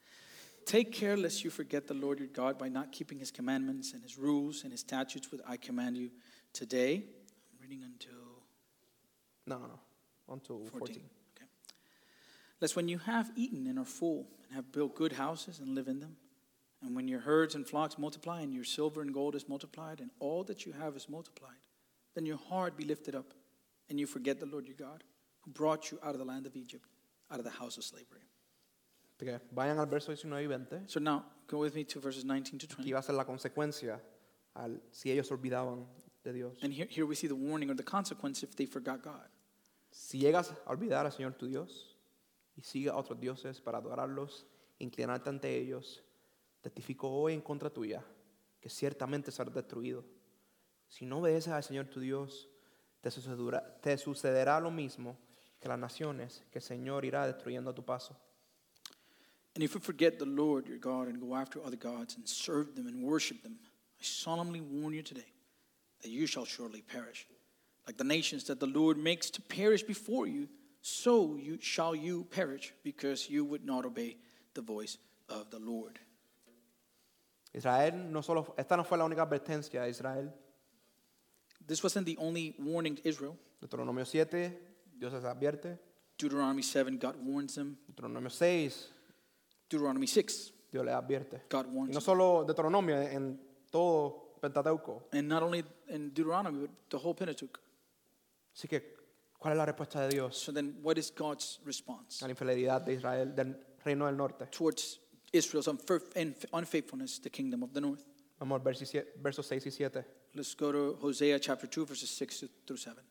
Take care lest you forget the Lord your God by not keeping his commandments and his rules and his statutes, which I command you today. I'm reading until No, no, no. On to 14. 14. Okay. Lest when you have eaten and are full, and have built good houses and live in them, and when your herds and flocks multiply, and your silver and gold is multiplied, and all that you have is multiplied, then your heart be lifted up, and you forget the Lord your God, who brought you out of the land of Egypt, out of the house of slavery. Porque vayan al verso 19 y 20. So now go with me to verses 19 to Aquí 20. iba a ser la consecuencia al, si ellos se olvidaban de Dios. And here, here we see the warning or the consequence if they forgot God. Si llegas a olvidar al Señor tu Dios y sigue a otros dioses para adorarlos, inclinarte ante ellos, testifico hoy en contra tuya que ciertamente serás destruido. Si no obedeces al Señor tu Dios, te sucederá, te sucederá lo mismo que las naciones que el Señor irá destruyendo a tu paso. And if you forget the Lord your God and go after other gods and serve them and worship them, I solemnly warn you today that you shall surely perish. Like the nations that the Lord makes to perish before you, so you, shall you perish because you would not obey the voice of the Lord. Israel no solo, esta no fue la única advertencia de Israel. This wasn't the only warning to Israel. Deuteronomio 7, Dios les advierte. Deuteronomy 7, God warns them. Deuteronomio 6, Deuteronomy 6, Dios les advierte. God Y warns no them. solo Deuteronomio, en todo Pentateuco. And not only in Deuteronomy, but the whole Pentateuch. Así que, ¿cuál es la respuesta de Dios So then, what is God's response a la infidelidad de Israel, del reino del norte? towards Israel's unfair- unf- unfaithfulness, the kingdom of the north? Vamos al versi- versos 6 y 7. Let's go to Hosea chapter 2, verses 6 through 7.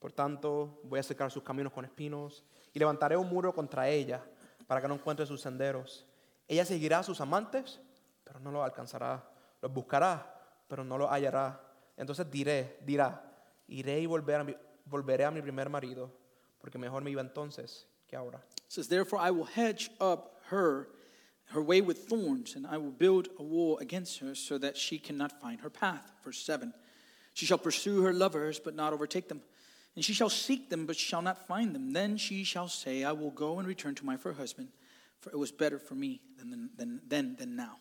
Por tanto, voy a secar sus caminos con espinos y levantaré un muro contra ella para que no encuentre sus senderos. Ella seguirá a sus amantes, pero no los alcanzará. Los buscará, pero no los hallará. Entonces diré, dirá, iré y volver a mi- volveré a mi primer marido, porque mejor me iba entonces que ahora. It says, Therefore I will hedge up her her way with thorns, and I will build a wall against her so that she cannot find her path. Verse 7. She shall pursue her lovers, but not overtake them. And she shall seek them, but shall not find them. Then she shall say, I will go and return to my first husband, for it was better for me than, than, than, than now.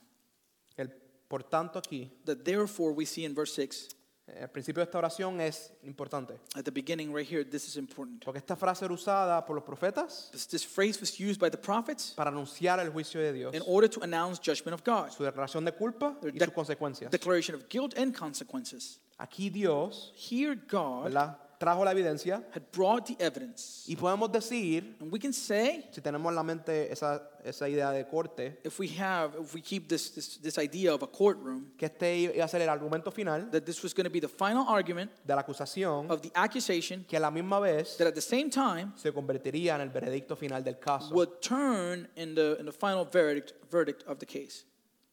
El, por tanto, aquí, That therefore we see in verse 6, el principio de esta oración es importante, at the beginning right here, this is important. porque esta frase era usada por los profetas This, this phrase was used by the prophets para anunciar el juicio de Dios, in order to announce judgment of God, su declaración de culpa Their y dec- sus consecuencias. declaration of guilt and consequences. Aquí Dios Here, God ¿verdad? trajo la evidencia had brought the evidence. y podemos decir, And we can say, si tenemos en la mente esa, esa idea de corte, if we have, if we keep this, this, this idea of a courtroom, que este iba a ser el argumento final that this was going to be the final argument de la acusación of the accusation que a la misma vez that at the same time se convertiría en el veredicto final del caso. would turn in the, in the final verdict, verdict of the case.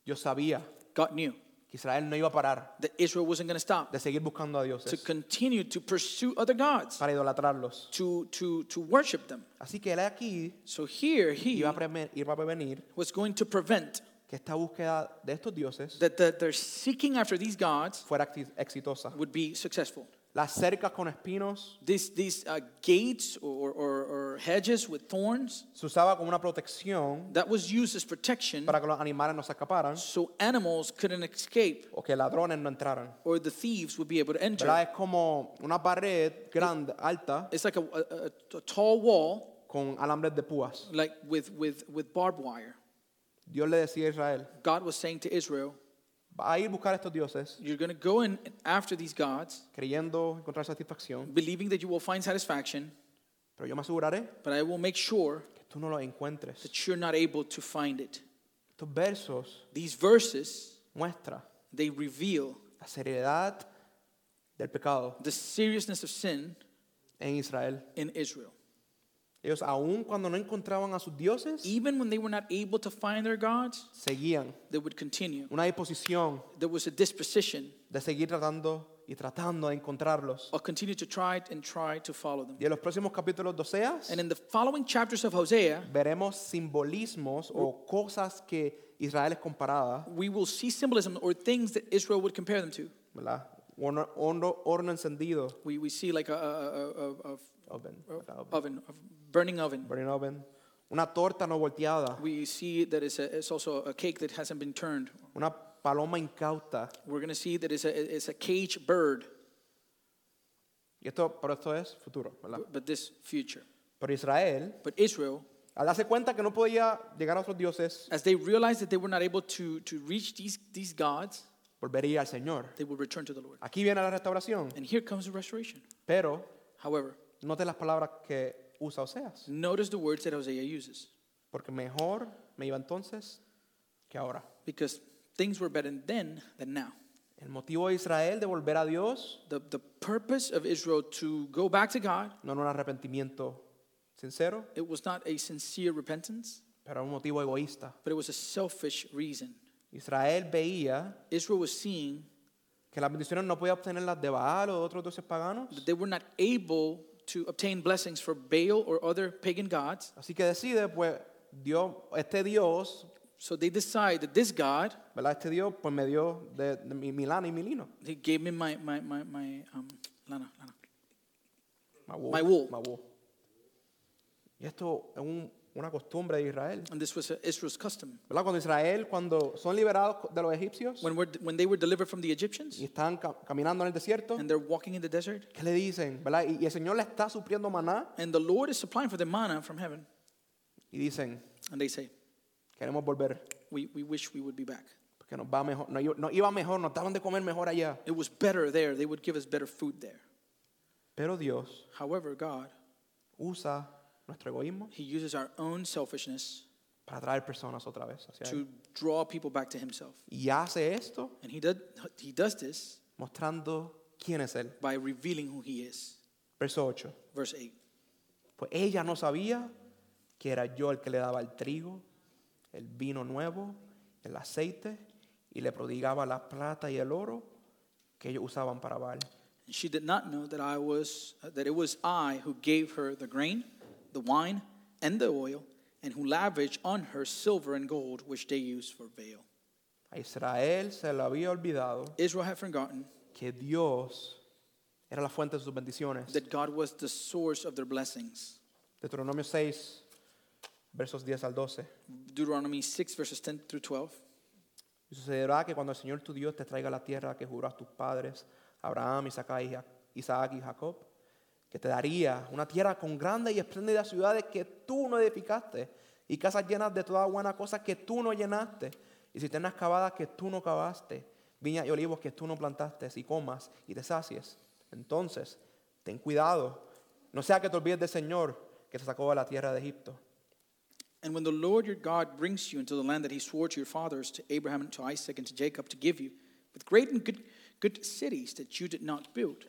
Dios sabía God knew que Israel no iba a parar that Israel wasn't going to stop, de seguir buscando a to dioses continue to pursue other gods, para idolatrarlos. to, to, to worship them. Así que él aquí So here, he iba a, preme- iba a prevenir was going to prevent que esta búsqueda de estos dioses that the, their seeking after these gods fuera acti- exitosa. would be successful. Las cercas con espinos These, these uh, gates or, or, or hedges with thorns se usaba como una protección that was used as protection para que los animales no se escaparan. so animals couldn't escape o que ladrones no entraran. or the thieves would be able to ¿Verdad? enter. Es como una pared grande, alta, It's like a, a- a- a tall wall con alambres de púas. like with, with, with barbed wire. Dios le decía a Israel, God was saying to Israel, va a ir a buscar a estos dioses, You're going to go in after these gods, creyendo encontrar satisfacción, believing that you will find satisfaction, pero yo me aseguraré but I will make sure que tú no los encuentres. that you're not able to find it. Estos versos These verses, muestran they reveal la seriedad del pecado the seriousness of sin en Israel. in Israel. Ellos, aun cuando no encontraban a sus dioses, Even when they were not able to find their gods, seguían they would continue. una disposición There was a disposition de seguir tratando y tratando de encontrarlos. or continue to try and try to follow them. Y en los próximos capítulos de Oseas, And in the following chapters of Hosea, veremos simbolismos o cosas que Israel es comparada, we will see symbolism or things that Israel would compare them to. ¿verdad? Horno, horno, horno encendido, We, we see like a, a, a, oven, a, acá, a, a oven, oven, a burning oven. burning oven, una torta no volteada, We see that it's, a, it's also a cake that hasn't been turned. una paloma incauta. We're going to see that it's a, it's a cage bird, Y esto, pero esto es futuro, ¿verdad? but this future. Pero Israel, But Israel, al darse cuenta que no podía llegar a otros dioses, as they realized that they were not able to, to reach these, these gods, volvería al Señor. they would return to the Lord. Aquí viene la restauración, And here comes the restoration. pero However, note las palabras que usa Oseas, notice the words that Hosea uses porque mejor me iba entonces que ahora. because things were better then than now. El motivo de Israel de volver a Dios The, the purpose of Israel to go back to God, no en un arrepentimiento sincero, it was not a sincere repentance, pero un motivo egoísta. but it was a selfish reason. Israel veía Israel was seeing que las bendiciones no podía obtenerlas de Baal o de otros dioses that paganos, they were not able to obtain blessings for Baal or other pagan gods, así que decide, pues, Dios, este Dios, so they decide that this God, ¿verdad? Este Dios, pues me dio de, de mi, mi lana y mi lino. he gave me my, my, my, my um, lana, lana. My wool. My wool. my wool. Y esto es un- una costumbre de Israel. And this was uh, Israel's custom. ¿Verdad? Cuando Israel, cuando son liberados de los egipcios When, we're, when they were delivered from the Egyptians y están ca- caminando en el desierto, and they're walking in the desert, ¿qué le dicen? ¿Verdad? Y, y el Señor le está supliendo maná and the Lord is supplying for them manna from heaven, y dicen, and they say, queremos volver, we, we wish we would be back. porque nos va mejor, nos, iba- nos iba mejor, nos daban de comer mejor allá. It was better there. They would give us better food there. Pero Dios However, God, usa nuestro egoísmo He uses our own selfishness para traer personas otra vez hacia Él. to draw people back to Himself. Y hace esto And He, did, he does this mostrando quién es Él. by revealing who He is. Verso 8. Verse 8. Pues ella no sabía que era yo el que le daba el trigo, el vino nuevo, el aceite y le prodigaba la plata y el oro que ellos usaban para Baal. And she did not know that I was that it was I who gave her the grain, the wine, and the oil, and who lavished on her silver and gold, which they used for veil. A Israel se le había olvidado Israel had forgotten que Dios era la fuente de sus bendiciones. that God was the source of their blessings. Deuteronomio 6, versos 10 al 12. Deuteronomy 6, verses 10 through 12. Y sucederá que cuando el Señor tu Dios te traiga la tierra que juró a tus padres, Abraham, Isaac y Ja- Isaac y Jacob, que te daría una tierra con grandes y espléndidas ciudades que tú no edificaste, y casas llenas de toda buena cosa que tú no llenaste, y cisternas cavadas que tú no cavaste, viñas y olivos que tú no plantaste, y comas y te sacies. Entonces, ten cuidado, no sea que te olvides del Señor que te sacó de la tierra de Egipto. And when the Lord your God brings you into the land that he swore to your fathers, to Abraham, and to Isaac, and to Jacob to give you, with great and good, good cities that you did not build,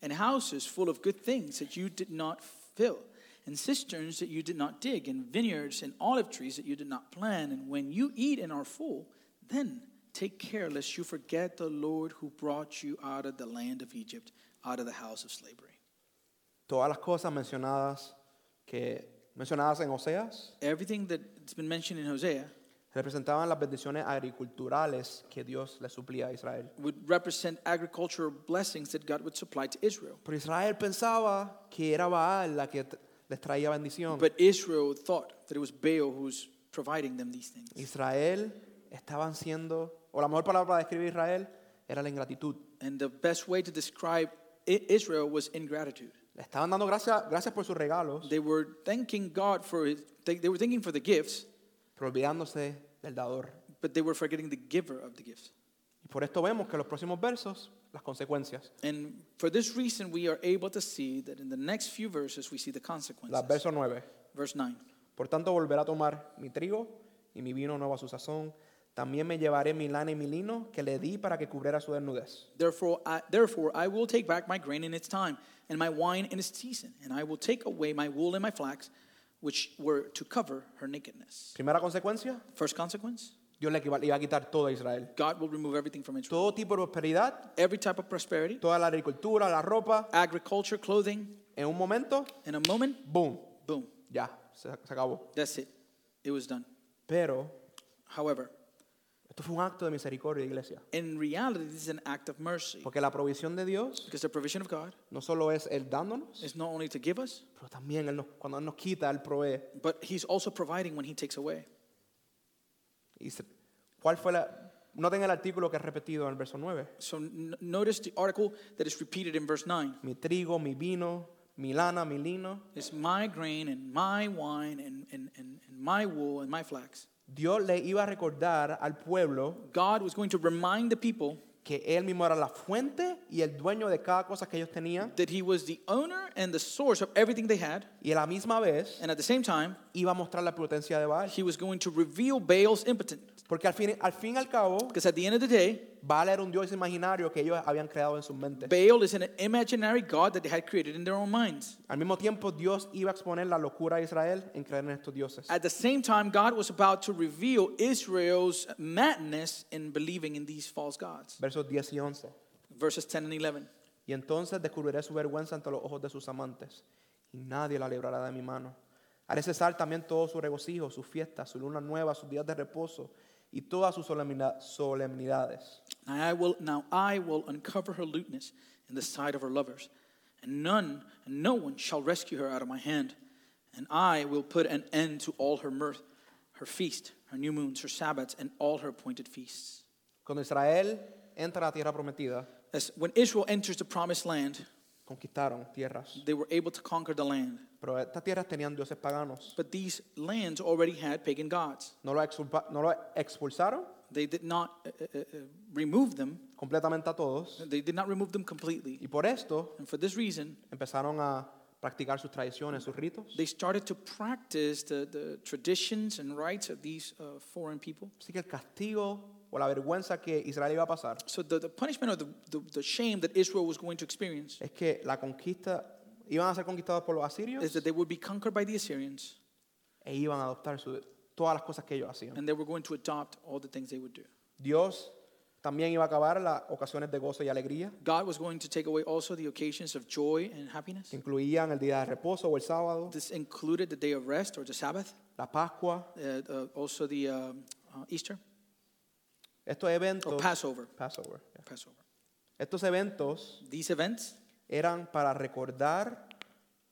and houses full of good things that you did not fill, and cisterns that you did not dig, and vineyards and olive trees that you did not plant, and when you eat and are full, then take care lest you forget the Lord who brought you out of the land of Egypt, out of the house of slavery. Todas las cosas mencionadas que mencionadas en Oseas Everything that's been mentioned in Hosea representaban las bendiciones agriculturales que Dios le suplía a Israel. would represent agricultural blessings that God would supply to Israel. Pero Israel pensaba que era Baal la que t- les traía bendición. But Israel thought that it was Baal who's providing them these things. Israel estaban siendo, o la mejor palabra para describir a Israel era la ingratitud. And the best way to describe I- Israel was ingratitude. Le estaban dando gracias, gracias por sus regalos, They were thanking God for his, they, they were thanking for the gifts, pero olvidándose del dador. but they were forgetting the giver of the gifts. Y por esto vemos que en los próximos versos, las consecuencias. And for this reason, we are able to see that in the next few verses, we see the Las consequences. verso 9. Verse 9. Por tanto, volverá a tomar mi trigo y mi vino nuevo a su sazón. También me llevaré mi lana y mi lino que le di para que cubriera su desnudez. Therefore I, therefore, I will take back my grain in its time, and my wine in its season, and I will take away my wool and my flax, which were to cover her nakedness. Primera consecuencia, First consequence Dios le iba- le iba a quitar todo a Israel. God will remove everything from Israel. Todo tipo de prosperidad, Every type of prosperity, toda la agricultura, la ropa, agriculture, clothing, en un momento, in a moment, boom, boom, ya, se, se acabó. that's it. It was done. Pero However, esto fue un acto de misericordia, iglesia. in reality, this is an act of mercy Porque la provisión de Dios because the provision of God no solo es Él dándonos, is not only to give us, pero también Él nos- cuando Él nos quita, Él provee. but He's also providing when He takes away. Y se- ¿Cuál fue la...? Noten el artículo que es repetido en el verso 9. So n- notice the article that is repeated in verse 9. Mi trigo, mi vino, mi lana, mi lino. It's my grain and my wine and, and, and, and my wool and my flax. Dios le iba a recordar al pueblo God was going to remind the people que Él mismo era la fuente y el dueño de cada cosa que ellos tenían. that he was the owner and the source of everything they had. Y a la misma vez And at the same time, iba a mostrar la potencia de Baal. he was going to reveal Baal's impotence. Porque al fin, al fin y al cabo, Because at the end of the day, Baal era un dios imaginario que ellos habían creado en sus mentes. Baal is an imaginary God that they had created in their own minds. Al mismo tiempo, Dios iba a exponer la locura de Israel en creer en estos dioses. At the same time, God was about to reveal Israel's madness in believing in these false gods. Versos 10 y 11. Verses 10 and 11. Y entonces descubriré su vergüenza ante los ojos de sus amantes, y nadie la librará de mi mano. Haré cesar también todo su regocijo, sus fiestas, su luna nueva, sus días de reposo y todas sus solemnida- solemnidades. Now I will now I will uncover her lewdness in the sight of her lovers, and none and no one shall rescue her out of my hand. And I will put an end to all her mirth, her feast, her new moons, her Sabbaths, and all her appointed feasts. Cuando Israel entra a la tierra prometida, As when Israel enters the promised land, conquistaron tierras. they were able to conquer the land. Pero estas tierras tenían dioses paganos. But these lands already had pagan gods. No los exulpa- no los expulsaron They did not uh, uh, uh, remove them, completamente a todos. they did not remove them completely. Y por esto And for this reason, empezaron a practicar sus tradiciones, sus ritos. they started to practice the, the traditions and rites of these uh, foreign people. Así que el castigo o la vergüenza que Israel iba a pasar So the, the punishment or the, the, the shame that Israel was going to experience es que la conquista, iban a ser conquistados por los asirios is that they would be conquered by the Assyrians e iban a adoptar su- todas las cosas que ellos hacían. and they were going to adopt all the things they would do. Dios también iba a acabar las ocasiones de gozo y alegría, God was going to take away also the occasions of joy and happiness. que incluían el día de reposo o el sábado, This included the day of rest or the Sabbath, la Pascua, uh, uh, also the um, uh, Easter estos or eventos, Passover. Passover, yeah. Passover. estos eventos These events eran para recordar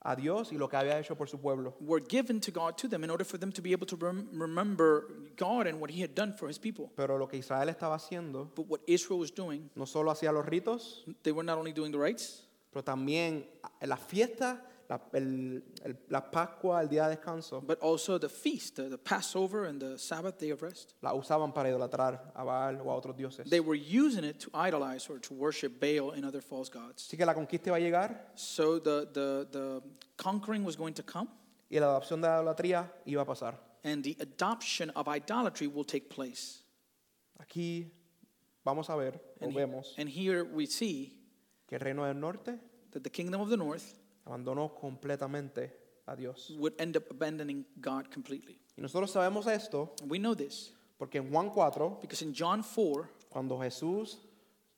a Dios y lo que había hecho por su pueblo. were given to God to them in order for them to be able to rem- remember God and what He had done for His people. Pero lo que Israel estaba haciendo, But what Israel was doing, no solo hacía los ritos, they were not only doing the rites, pero también las fiestas, la, el- el- la Pascua, el día de descanso, but also the feast, the, the Passover and the Sabbath day of rest. la usaban para idolatrar a Baal o a otros dioses. They were using it to idolize or to worship Baal and other false gods. Así que la conquista iba a llegar So the, the, the conquering was going to come, y la adopción de la idolatría iba a pasar. and the adoption of idolatry will take place. Aquí vamos a ver, o And, he- vemos, and here we see que el reino del norte that the kingdom of the north abandonó completamente a Dios. would end up abandoning God completely. Y nosotros sabemos esto We know this porque en Juan 4, because in John 4, cuando Jesús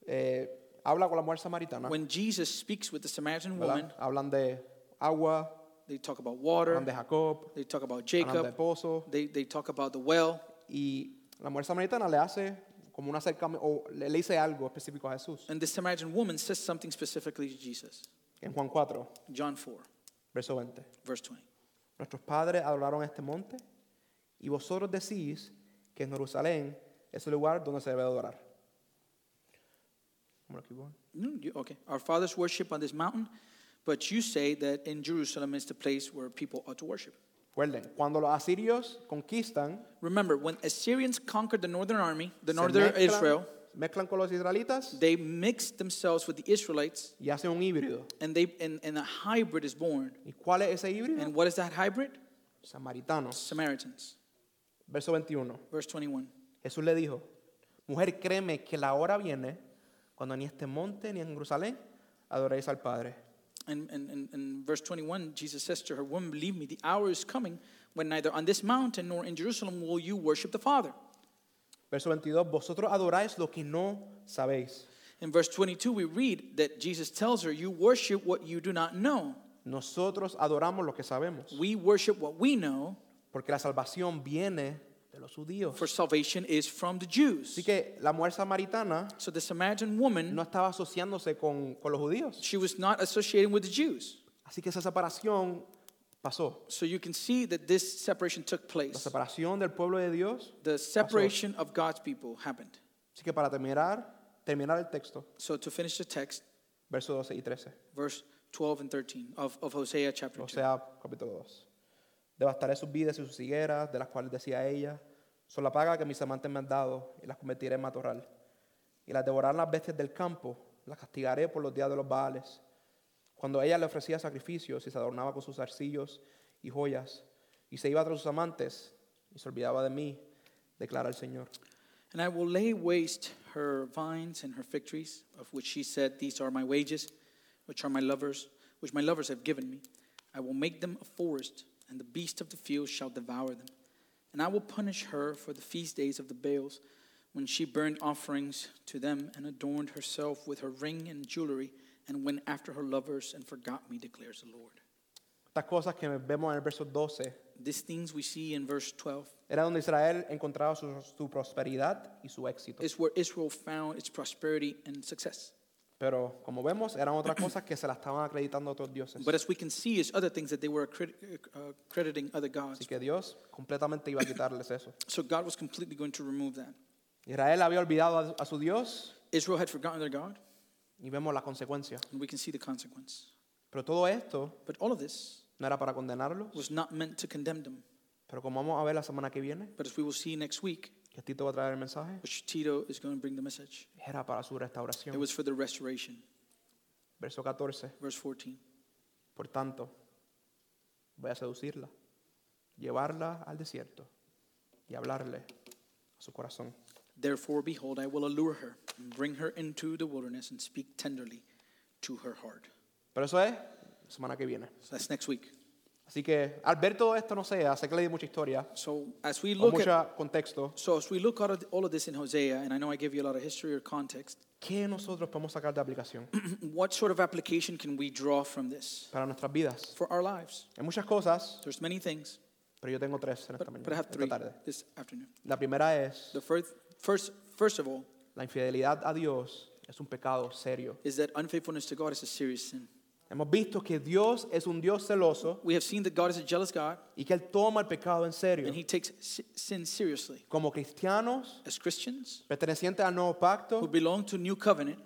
eh, habla con la mujer samaritana, when Jesus speaks with the Samaritan ¿verdad? woman, hablan de agua, they talk about hablan water, de Jacob, they talk about hablan de Jacob, pozo, they, they talk about the well. y la mujer samaritana le hace como un acercamiento, o le, le dice algo específico a Jesús. And the Samaritan woman says something specifically to Jesus. En Juan 4, John 4, verso 20. verse 20. Nuestros padres adoraron este monte y vosotros decís que en Jerusalén es el lugar donde se debe adorar. I'm gonna keep going. Mm, you- Okay. Our fathers worship on this mountain, but you say that in Jerusalem is the place where people ought to worship. Recuerden, cuando los asirios conquistan, Remember, when Assyrians conquered the northern army, the se northern mezclan, Israel, mezclan con los israelitas they mixed themselves with the Israelites, y hacen un híbrido. and, they, and, and a hybrid is born. ¿Y cuál es ese híbrido? And what is that hybrid? Samaritanos. Samaritans. Verso 21. Verse 21. Jesús le dijo, mujer, créeme que la hora viene cuando ni este monte ni en Jerusalén adoréis al Padre. And, and, and, and verse 21, Jesus says to her, Woman, believe me, the hour is coming when neither on this mountain nor in Jerusalem will you worship the Father. Verso 22, vosotros adoráis lo que no sabéis. In verse 22, we read that Jesus tells her, You worship what you do not know. Nosotros adoramos lo que sabemos, We worship what we know, porque la salvación viene de los judíos. for salvation is from the Jews. Así que la mujer samaritana So the Samaritan woman, no estaba asociándose con, con los judíos. she was not associating with the Jews. Así que esa separación pasó. So you can see that this separation took La place. separación del pueblo de Dios. The separation of God's people happened. Así que para terminar, terminar el texto, So to finish the text, versos 12 y 13. verse 12 and 13 of, of Hosea chapter 2. Hosea capítulo 2. Devastaré sus vidas y sus higueras, de las cuales decía ella, son la paga que mis amantes me han dado, y las convertiré en matorral. Y las devorarán las bestias del campo, las castigaré por los días de los baales. Cuando ella le ofrecía sacrificios y se adornaba con sus arcillos y joyas, y se iba tras sus amantes, y se olvidaba de mí, declara el Señor. And I will lay waste her vines and her fig trees, of which she said, These are my wages, which are my lovers, which my lovers have given me. I will make them a forest, and the beast of the field shall devour them. And I will punish her for the feast days of the Baals, when she burned offerings to them and adorned herself with her ring and jewelry, and went after her lovers and forgot me, declares the Lord. Estas cosas que vemos en el verso 12 These things we see in verse 12 era donde Israel encontraba su, su prosperidad y su éxito. is where Israel found its prosperity and success. Pero como vemos, eran otras cosas que se las estaban acreditando a otros dioses. But as we can see, is other things that they were accred- uh, crediting other gods. Así que Dios completamente iba a quitarles eso. So God was completely going to remove that. Israel había olvidado a- a su Dios Israel had forgotten their God, y vemos la consecuencia. and we can see the consequence. Pero todo esto But all of this no era para condenarlos. was not meant to condemn them. Pero como vamos a ver la semana que viene, But as we will see next week, que Tito va a traer el mensaje, which Tito is going to bring the message, era para su it restauración. was for the restoration. Verso 14. Verse 14. Por tanto, voy a seducirla, llevarla al desierto y hablarle a su corazón. Therefore, behold, I will allure her and bring her into the wilderness and speak tenderly to her heart. Pero eso es la semana que viene. So that's next week. Así que al ver todo esto, no sé, sé que le di mucha historia, So as we o look at mucho contexto. so as we look at all of this in Hosea, and I know I gave you a lot of history or context, ¿Qué nosotros podemos sacar de aplicación what sort of application can we draw from this para nuestras vidas? for our lives? Hay muchas cosas, There's many things, pero yo tengo tres en esta but, but I mañana, have esta three tarde. this afternoon. La primera es, The first, first, first of all la infidelidad a Dios es un pecado serio. is that unfaithfulness to God is a serious sin. Hemos visto que Dios es un Dios celoso We have seen that God is a jealous God y que Él toma el pecado en serio. and He takes si- sin seriously. Como cristianos, As Christians pertenecientes al nuevo who pacto, belong to New Covenant,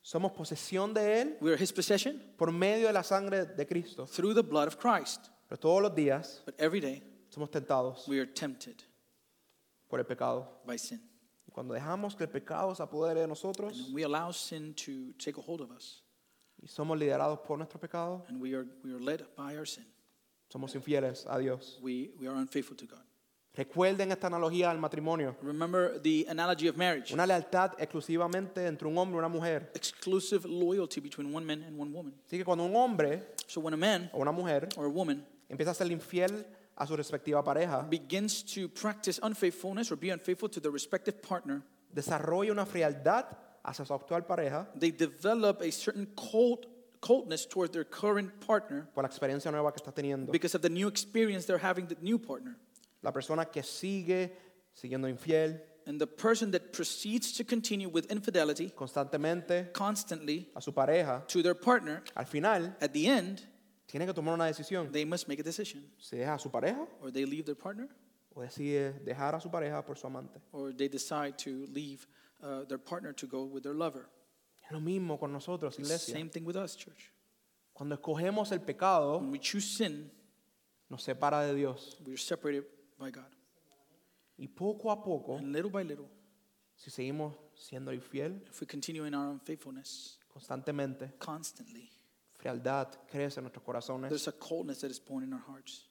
somos posesión de Él we are His possession por medio de la sangre de Cristo. through the blood of Christ. Pero todos los días But every day somos tentados we are tempted por el pecado. by sin. Y cuando dejamos que el pecado se apodere de nosotros And we allow sin to take a hold of us, y somos liderados por nuestro pecado, and we are, we are led by our sin. somos infieles a Dios. We, we are unfaithful to God. Recuerden esta analogía del matrimonio. Remember the analogy of marriage Una lealtad exclusivamente entre un hombre y una mujer. exclusive loyalty between one man and one woman. Así que cuando un hombre So when a man o una mujer or a woman empieza a ser infiel a su respectiva pareja, begins to practice unfaithfulness or be unfaithful to their respective partner, desarrolla una frialdad hacia su actual pareja they develop a certain cold, coldness towards their current partner por la experiencia nueva que está teniendo. because of the new experience they're having the new partner. La persona que sigue siguiendo infiel And the person that proceeds to continue with infidelity constantemente constantly a su pareja, to their partner, al final at the end, tiene que tomar una decisión. they must make a decision. ¿Se deja a su pareja Or they leave their partner, o decide dejar a su pareja por su amante? or they decide to leave uh, their partner to go with their lover. Es lo mismo con nosotros, iglesia. Same thing with us, church. Cuando escogemos el pecado, When we choose sin, nos separa de Dios. we are separated by God. Y poco a poco, And little by little, si seguimos siendo infiel if we continue in our unfaithfulness constantemente, constantly, frialdad crece en nuestros corazones, there's a coldness that is born in our hearts.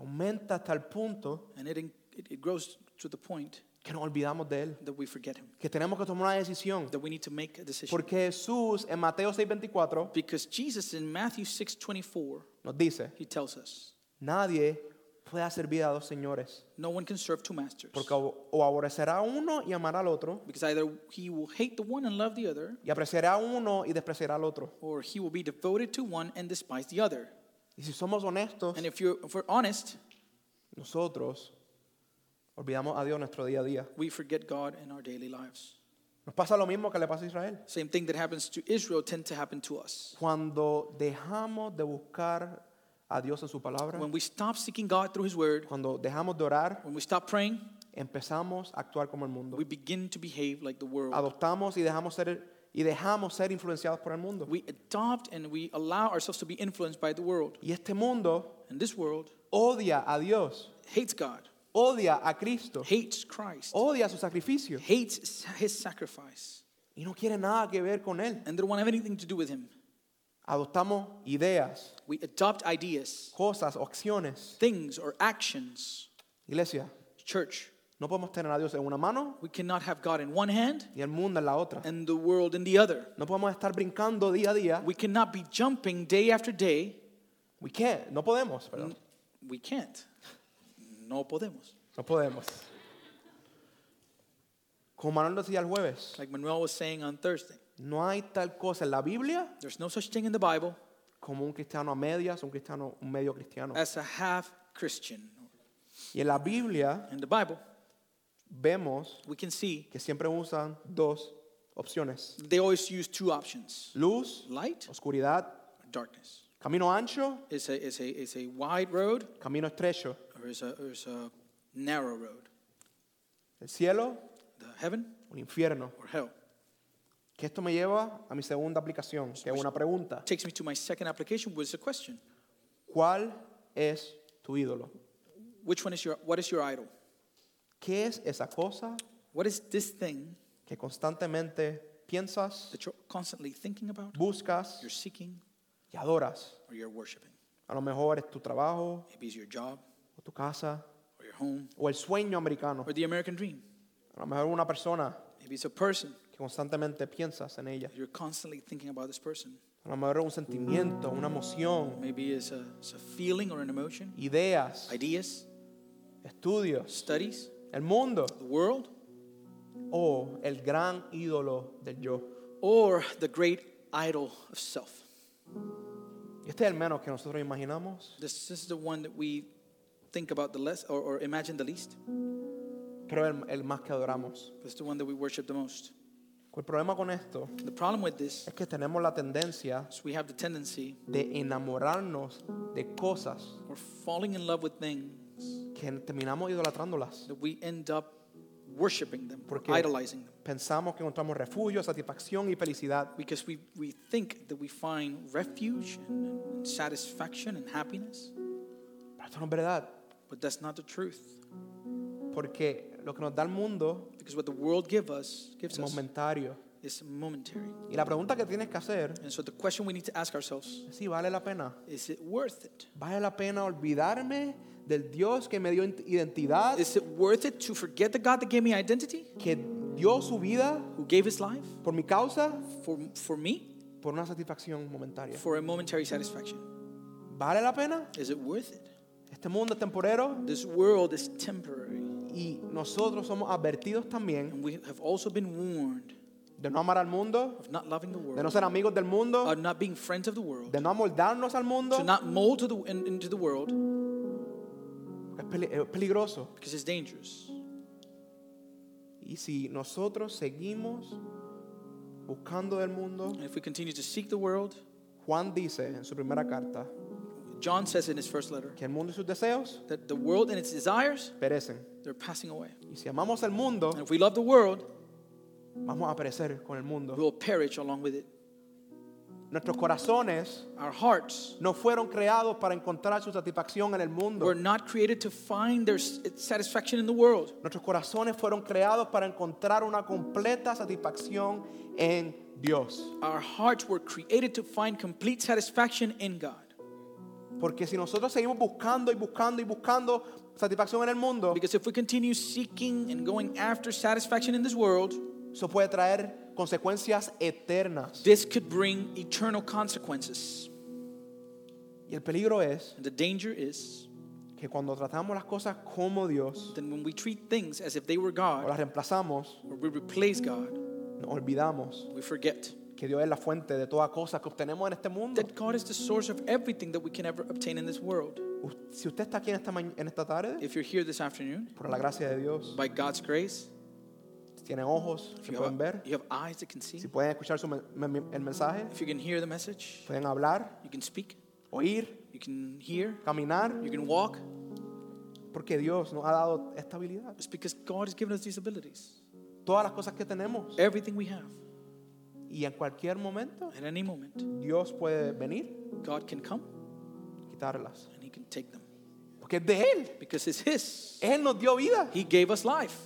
aumenta hasta el punto And it, it, it grows to the point que nos olvidamos de Él, that we forget Him, que tenemos que tomar una decisión. that we need to make a decision. Porque Jesús en Mateo 6:24 Because Jesus in Matthew 6 24, nos dice, he tells us, nadie puede servir a dos señores, No one can serve two masters. porque o o aborrecerá a uno y amará al otro, Because either he will hate the one and love the other, y apreciará a uno y despreciará al otro. or he will be devoted to one and despise the other. Y si somos honestos, And if, you're, if we're honest, nosotros olvidamos a Dios nuestro día a día. we forget God in our daily lives. Nos pasa lo mismo que le pasa a Israel. Same thing that happens to Israel tend to happen to us. Cuando dejamos de buscar a Dios en su palabra, When we stop seeking God through his word, cuando dejamos de orar, when we stop praying, empezamos a actuar como el mundo. we begin to behave like the world. Adoptamos y dejamos ser y dejamos ser influenciados por el mundo. We adopt and we allow ourselves to be influenced by the world. Y este mundo And this world odia a Dios, hates God, odia a Cristo, hates Christ, odia su sacrificio hates his sacrifice, y no quiere nada que ver con él. and they don't want to have anything to do with him. Adoptamos ideas, We adopt ideas, cosas o acciones. things, or actions. Iglesia, Church, no podemos tener a Dios en una mano we cannot have God in one hand y el mundo en la otra. and the world in the other. No podemos estar brincando día a día. We cannot be jumping day after day. We can't. No podemos, Mm, perdón. We can't. No podemos. No podemos. Como Manuel decía el jueves, Like Manuel was saying on Thursday, no hay tal cosa en la Biblia there's no such thing in the Bible como un cristiano a medias, un cristiano, un medio cristiano. as a half Christian. Y en la Biblia In the Bible, vemos we can see que siempre usan dos opciones. They always use two options Luz, light oscuridad, or darkness. camino ancho, It's a, it's a, it's a wide road camino estrecho, or it's a, or it's a narrow road. el cielo, The heaven un infierno. or hell. Que esto me lleva a mi segunda aplicación, que es una pregunta. Takes me to my second application, which is a question. ¿Cuál es tu ídolo? Which one is your, what is your idol? ¿Qué es esa cosa What is this thing que constantemente piensas, that you're constantly thinking about, buscas you're seeking, y adoras? or you're worshiping? A lo mejor es tu trabajo, Maybe it's your job, o tu casa, or your home, o el sueño americano. or the American dream. A lo mejor una persona Maybe it's a person. que constantemente piensas en ella. You're constantly thinking about this person. A lo mejor un sentimiento, una emoción, Maybe it's a, it's a feeling or an emotion, ideas, ideas, estudios, studies, el mundo the world, o el gran ídolo del yo. or the great idol of self. Y este es el menos que nosotros imaginamos, This, this is the one that we think about the less or, or imagine the least. pero el, el más que adoramos. This is the one that we worship the most. El problema con esto The problem with this es que tenemos la tendencia is we have the tendency de enamorarnos de cosas or falling in love with things que terminamos idolatrándolas. that we end up worshiping them, Porque- idolizing them, Pensamos que encontramos refugio, satisfacción y felicidad because we, we think that we find refuge and, and satisfaction and happiness, Pero esto no es verdad, but that's not the truth. porque lo que nos da el mundo Because what the world give us gives es us momentario. is momentary. Y la pregunta que tienes que hacer And so the question we need to ask ourselves es si vale la pena. is it worth it? ¿Vale la pena olvidarme del Dios que me dio in- identidad, Is it worth it to forget the God that gave me identity, que dio su vida who gave his life por mi causa, for, for me, por una satisfacción momentaria? for a momentary satisfaction? ¿Vale la pena? Is it worth it? Este mundo es temporero This world is temporary. y nosotros somos advertidos también And we have also been warned de no amar al mundo, of not loving the de no world, ser amigos del mundo, of not being friends of the world, de no amoldarnos al mundo. to not mold to the, in- into the world Es peli- es peligroso. because it's dangerous. Y si nosotros seguimos buscando del mundo, And if we continue to seek the world, Juan dice en su primera carta John says in his first letter que el mundo y sus deseos that the world and its desires, perecen. they're passing away. Y si amamos el mundo, And if we love the world, vamos a perecer con el mundo. we'll perish along with it. Nuestros corazones Our hearts no fueron creados para encontrar su satisfacción en el mundo. were not created to find their s- satisfaction in the world. Nuestros corazones fueron creados para encontrar una completa satisfacción en Dios. Our hearts were created to find complete satisfaction in God. Porque si nosotros seguimos buscando y buscando y buscando satisfacción en el mundo, Because if we continue seeking and going after satisfaction in this world, eso puede traer consecuencias eternas. this could bring eternal consequences. Y el peligro es And the danger is que cuando tratamos las cosas como Dios that when we treat things as if they were o God, las reemplazamos, or we replace God, nos olvidamos we forget que Dios es la fuente de toda cosa que obtenemos en este mundo. that God is the source of everything that we can ever obtain in this world. U- Si usted está aquí en esta, ma- en esta tarde, If you're here this afternoon, por la gracia de Dios, by God's grace, tiene ojos if que you pueden have, ver, you have eyes that can see, si pueden escuchar su men- men- el mensaje, if you can hear the message, pueden hablar, you can speak, oír, you can hear, caminar, you can walk. porque Dios nos ha dado esta habilidad. It's because God has given us these abilities. Todas las cosas que tenemos. Everything we have, Y en cualquier momento, at any moment, Dios puede venir, God can come quitarlas. and He can take them. Porque es de Él. Because it's His. Él nos dio vida. He gave us life.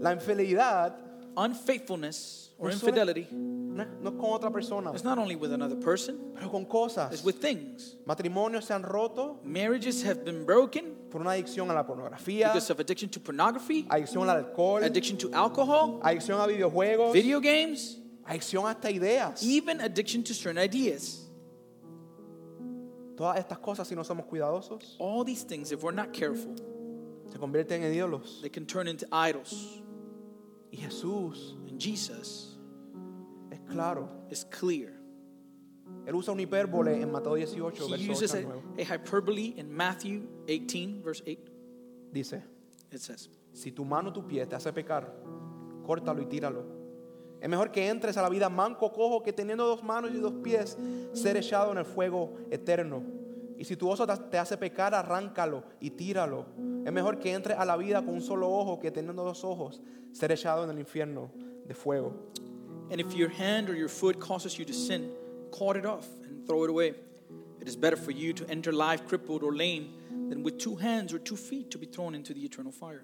La infidelidad Unfaithfulness or No solo- infidelity No, no es con otra persona, is not only with another person, pero con cosas. it's with things. Matrimonios se han roto Marriages have been broken por una adicción a la pornografía, because of addiction to pornography, adicción al alcohol, addiction to alcohol, adicción a videojuegos, video games, adicción hasta ideas. even addiction to certain ideas. Todas estas cosas, si no somos cuidadosos, All these things, if we're not careful, se convierten en ídolos. they can turn into idols. Y Jesús And Jesus es claro. is clear. Él usa un hipérbole en Mateo 18, He verso 8 uses al a, 9. a hyperbole in Matthew 18, verse 8. Dice, It says, si tu mano o tu pie te hace pecar, córtalo y tíralo. Es mejor que entres a la vida manco, cojo, que teniendo dos manos y dos pies, ser echado en el fuego eterno. Y si tu oso te hace pecar, arráncalo y tíralo. Es mejor que entres a la vida con un solo ojo que teniendo dos ojos, ser echado en el infierno de fuego. And if your hand or your foot causes you to sin, cut it off and throw it away. It is better for you to enter life crippled or lame than with two hands or two feet to be thrown into the eternal fire.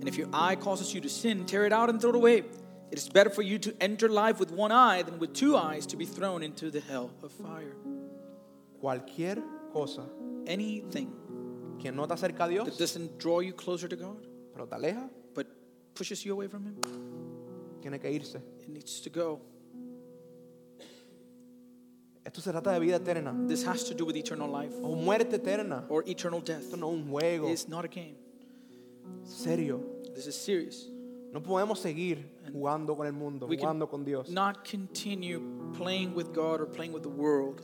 And if your eye causes you to sin, tear it out and throw it away. It is better for you to enter life with one eye than with two eyes to be thrown into the hell of fire. Cualquier cosa Anything que no te acerca a that Dios, doesn't draw you closer to God, pero te aleja, but pushes you away from Him, tiene que irse. it needs to go. Esto se trata de vida eterna This has to do with eternal life o muerte eterna. or eternal death. Esto no es un juego, It's not a game. serio. This is serious. No podemos seguir jugando con el mundo, We can- jugando con Dios. Not continue playing with God or playing with the world.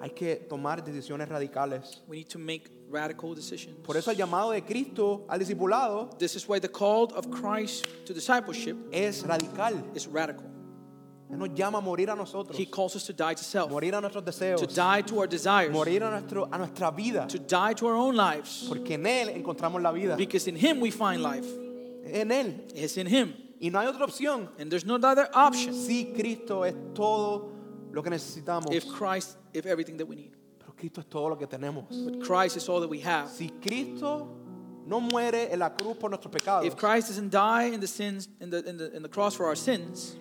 Hay que tomar decisiones radicales. We need to make radical decisions. Por eso el llamado de Cristo al discipulado This is why the call of Christ to discipleship es radical. is radical. Él nos llama a morir a nosotros, He calls us to die to self, morir a nuestros deseos, to die to our desires, morir a, nuestro, a nuestra vida, to die to our own lives, porque en Él encontramos la vida. because in Him we find life. En Él. It's in Him, Y no hay otra opción. and there's no other option Sí, Cristo es todo lo que necesitamos, if Christ, if everything that we need. pero Cristo es todo lo que tenemos. But Christ is all that we have. Si Cristo no muere en la cruz por nuestros pecados, If Christ doesn't die in the sins, in the, in the, in the cross for our sins,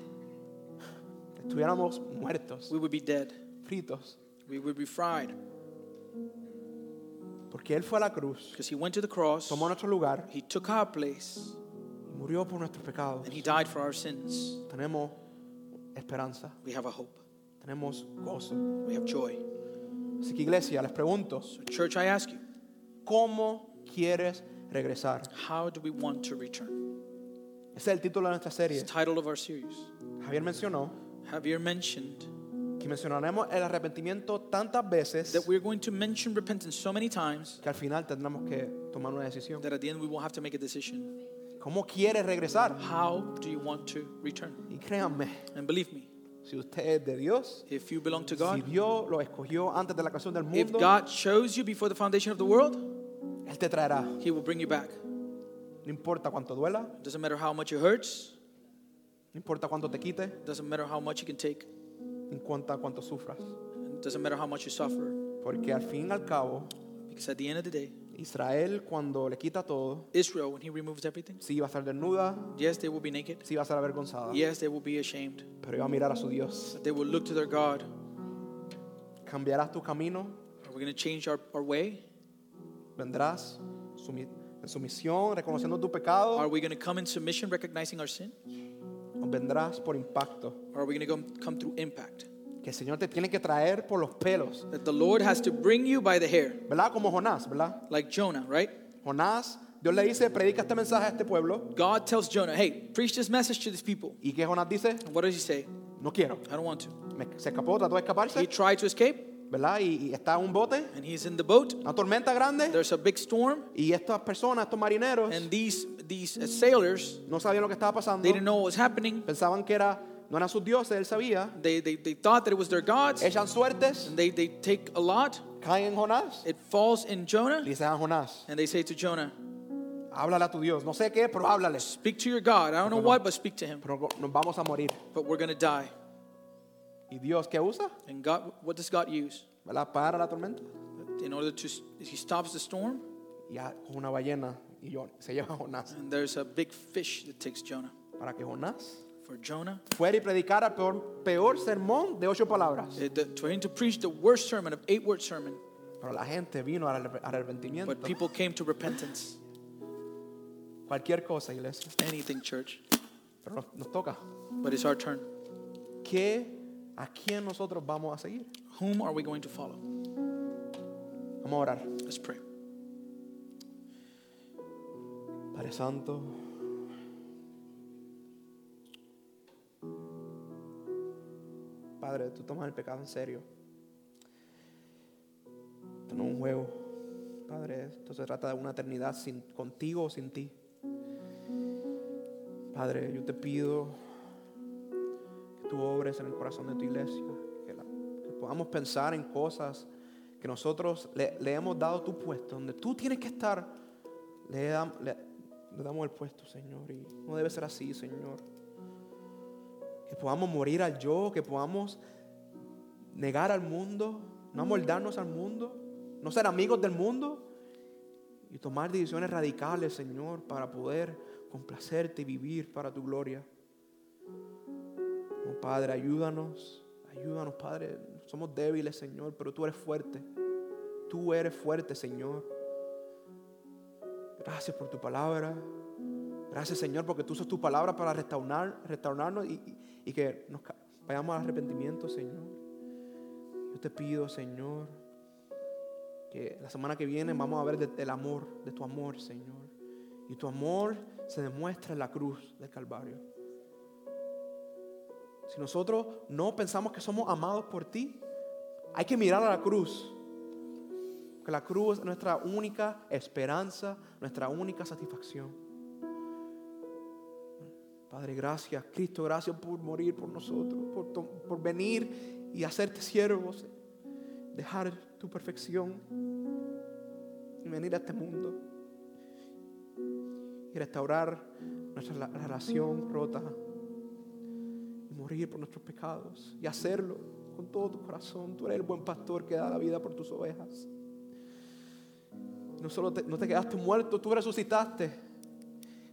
estuviéramos muertos, we would be dead. fritos, We would be fried. porque Él fue a la cruz, Because He went to the cross, tomó nuestro lugar, He took our place, y murió por nuestros pecados. and He died for our sins. Tenemos esperanza, We have a hope. tenemos gozo. We have joy. Así que iglesia, les pregunto, So, church, I ask you, ¿cómo quieres regresar? how do we want to return? Ese es el título de nuestra It's serie. the title of our series. Javier mencionó Javier mentioned que mencionaremos el arrepentimiento tantas veces that we're going to mention repentance so many times que al final tendremos que tomar una decisión. that at the end we will have to make a decision. ¿Cómo quieres regresar? How do you want to return? Y créanme, And believe me, si usted es de Dios, if you belong to si God, Dios lo escogió antes de la creación del if mundo, God chose you before the foundation of the world, Él te traerá. No He will bring you back. importa cuánto duela, no Doesn't matter how much it hurts, importa cuánto te quite, doesn't matter how much you can take, no importa cuánto sufras. and doesn't matter how much you suffer. Porque al fin y al cabo, Because at the end of the day, Israel cuando le quita todo, Israel, when He removes everything, sí va a estar desnuda, yes, they will be naked. sí va a estar avergonzada, Yes, they will be ashamed. pero iba a mirar a su Dios. They will look to their God. Cambiarás tu camino, Are we going to change our, our way? vendrás sumi- en sumisión, reconociendo tu pecado, Are we going to come in submission, recognizing our sin? o vendrás por impacto. Or are we going to come, come through impact? Que el Señor te tiene que traer por los pelos, That the Lord has to bring you by the hair, ¿verdad? Como Jonás, ¿verdad? like Jonah, right? Jonás, Dios le dice, predica este mensaje a este pueblo. God tells Jonah, hey, preach this message to these people. ¿Y que Jonás dice? And what does he say? No quiero. I don't want to. Me- se escapó, trató de He escaparse, tried to escape, ¿verdad? Y, y está en un bote, and he's in the boat. una tormenta grande, There's a big storm, y estas personas, estos marineros, and these these uh, sailors, no sabían lo que estaba pasando. they didn't know what was happening. Pensaban que era, no eran sus dioses, él sabía. They they, they thought that it was their gods. Echan suertes, And they they take a lot. caen en Jonás. It falls in Jonah, Le dicen a Jonás, and they say to Jonah, háblale a tu Dios. No sé qué, pero háblales. speak to your God. I don't know what, but speak to him. Pero nos vamos a morir. But we're gonna die. ¿Y Dios qué usa? And God, what does God use? ¿Verdad? Para la tormenta. in order to he stops the storm Y a- con una ballena. Y yo- se lleva a Jonás. and there's a big fish that takes jonah Para que Jonás for jonah fuera y predicara el peor, peor sermón de ocho palabras. it, eh, the, for him to preach the worst sermon of eight word sermon Pero la gente vino al arrep- arrepentimiento. but people came to repentance Cualquier cosa, iglesia. anything church Pero nos, nos toca. but it's our turn ¿Qué, ¿A quién nosotros vamos a seguir? whom are we going to follow Vamos a orar. let's pray Padre Santo. Padre, tú tomas el pecado en serio. Esto no es un juego. Padre, esto se trata de una eternidad sin, contigo o sin ti. Padre, yo te pido tú obres en el corazón de tu iglesia, que, la- que podamos pensar en cosas que nosotros le, le hemos dado tu puesto, donde tú tienes que estar, le, dam- le- le damos el puesto, Señor, y no debe ser así, Señor. Que podamos morir al yo, que podamos negar al mundo, no amoldarnos al mundo, no ser amigos del mundo y tomar decisiones radicales, Señor, para poder complacerte y vivir para tu gloria. Oh, Padre, ayúdanos, ayúdanos, Padre. Somos débiles, Señor, pero tú eres fuerte. Tú eres fuerte, Señor. Gracias por tu palabra. Gracias, Señor, porque tú usas tu palabra para restaurar, restaurarnos y, y- y que nos ca- vayamos al arrepentimiento, Señor. Yo te pido, Señor, que la semana que viene vamos a ver de- del amor, de tu amor, Señor. Y tu amor se demuestra en la cruz del Calvario. Si nosotros no pensamos que somos amados por ti, hay que mirar a la cruz. Que la cruz es nuestra única esperanza, nuestra única satisfacción. Padre, gracias. Cristo, gracias por morir por nosotros, por, to- por venir y hacerte siervos, dejar tu perfección y venir a este mundo y restaurar nuestra la- relación rota y morir por nuestros pecados y hacerlo con todo tu corazón. Tú eres el buen pastor que da la vida por tus ovejas. No solo te- no te quedaste muerto, tú resucitaste.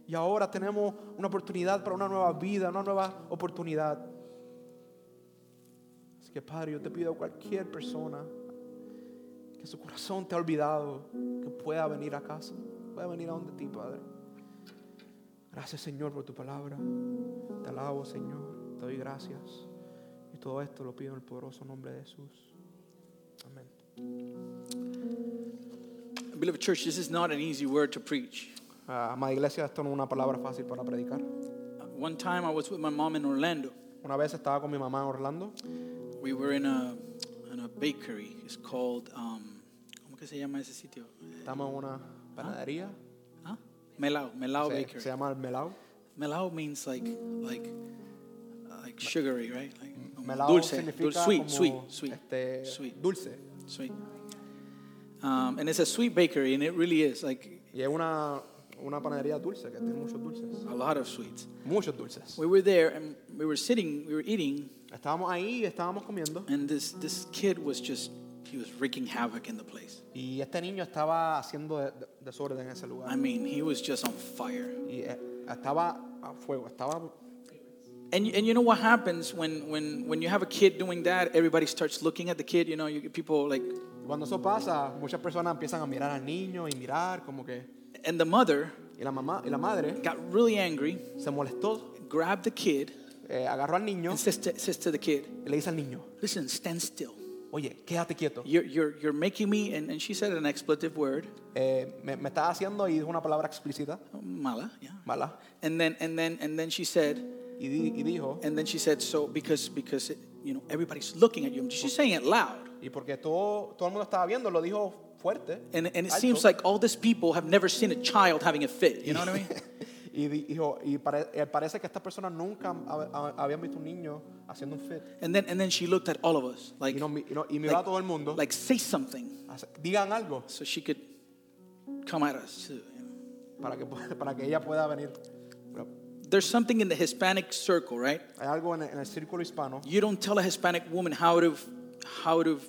Y ahora tenemos una oportunidad para una nueva vida, una nueva oportunidad. Así que Padre, yo te pido a cualquier persona que su corazón te ha olvidado, que pueda venir a casa, pueda venir a donde ti, Padre. Gracias Señor por tu palabra. Te alabo, Señor. Te doy gracias. Y todo esto lo pido en el poderoso nombre de Jesús. Amén. Beloved church, this is not an easy word to preach. Ah, amada iglesia, esto no es una palabra fácil para predicar. Uh, One time I was with my mom in Orlando. Una vez estaba con mi mamá en Orlando. We were in a, in a bakery. It's called, um, ¿cómo que se llama ese sitio? Estamos en una panadería. Huh? Melao, Melao Se, Bakery. se llama el melao. Melao means like, like, like sugary, right? Like um, Melao dulce, significa dulce, sweet, como, sweet, sweet, este, sweet. dulce. sweet. Um, and it's a sweet bakery, and it really is like Y es una, una panadería dulce que tiene muchos dulces. a lot of sweets. Muchos dulces. We were there, and we were sitting, we were eating, Estábamos ahí, estábamos comiendo. and this this kid was just he was wreaking havoc in the place. Y este niño estaba haciendo de- de- desorden en ese lugar. I mean, he was just on fire. Y eh, estaba a fuego, estaba And, and you know what happens when, when, when you have a kid doing that? Everybody starts looking at the kid. You know, you, people like, Cuando eso pasa, muchas personas empiezan a mirar al niño y mirar como que and the mother y la mamá y la madre got really angry, se molestó, grabbed the kid, eh, agarró al niño and says to, says to the kid, y le dice al niño, "Listen, stand still. oye, quédate quieto. You're, you're, you're making me." And, and she said an expletive word, Eh, me, me estás haciendo y dijo una palabra explícita, mala, yeah. mala, And then and then and then she said, y, di- y dijo and then she said, so because because you know everybody's looking at you. She's saying it loud, y porque todo todo el mundo estaba viendo, lo dijo fuerte. and and it alto. seems like all these people have never seen a child having a fit. You know what I mean? y di- dijo y pare- eh, parece que estas personas nunca hab- hab- habían visto un niño haciendo un fit. And then and then she looked at all of us like Y, no, mi- y, no- y miró a like, todo el mundo, like, say something hace- digan algo so she could come at us. too, you know. para que para que ella pueda venir. Pero There's something in the Hispanic circle, right? Hay algo en el, en el círculo hispano. You don't tell a Hispanic woman how to how to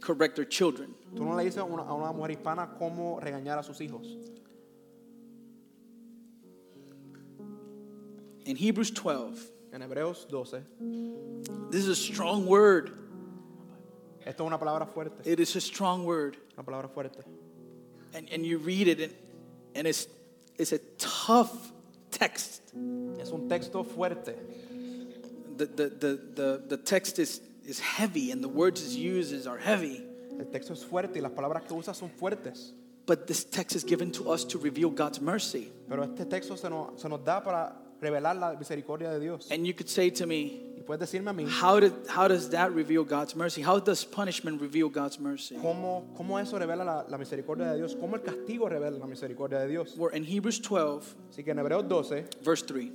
correct their children. Tú no le dices a una, a una mujer hispana cómo regañar a sus hijos. In Hebrews 12, En Hebreos 12. this is a strong word. Esto es una palabra fuerte. It is a strong word. Una palabra fuerte. and, and you read it and, and it's, it's a tough text Es un texto fuerte. the, the, the, the, the text is, is heavy and the words is uses are heavy El texto es fuerte y las palabras que usa son fuertes. but this text is given to us to reveal god's mercy Pero este texto se nos, se nos da para revelar la misericordia de Dios. and you could say to me Y puedes decirme a mí, how, did, how does that reveal god's mercy how does punishment reveal god's mercy ¿cómo, cómo eso revela la, la misericordia de Dios? ¿Cómo el castigo revela la misericordia de Dios? we're in hebrews 12 Así que en Hebreos 12, verse 3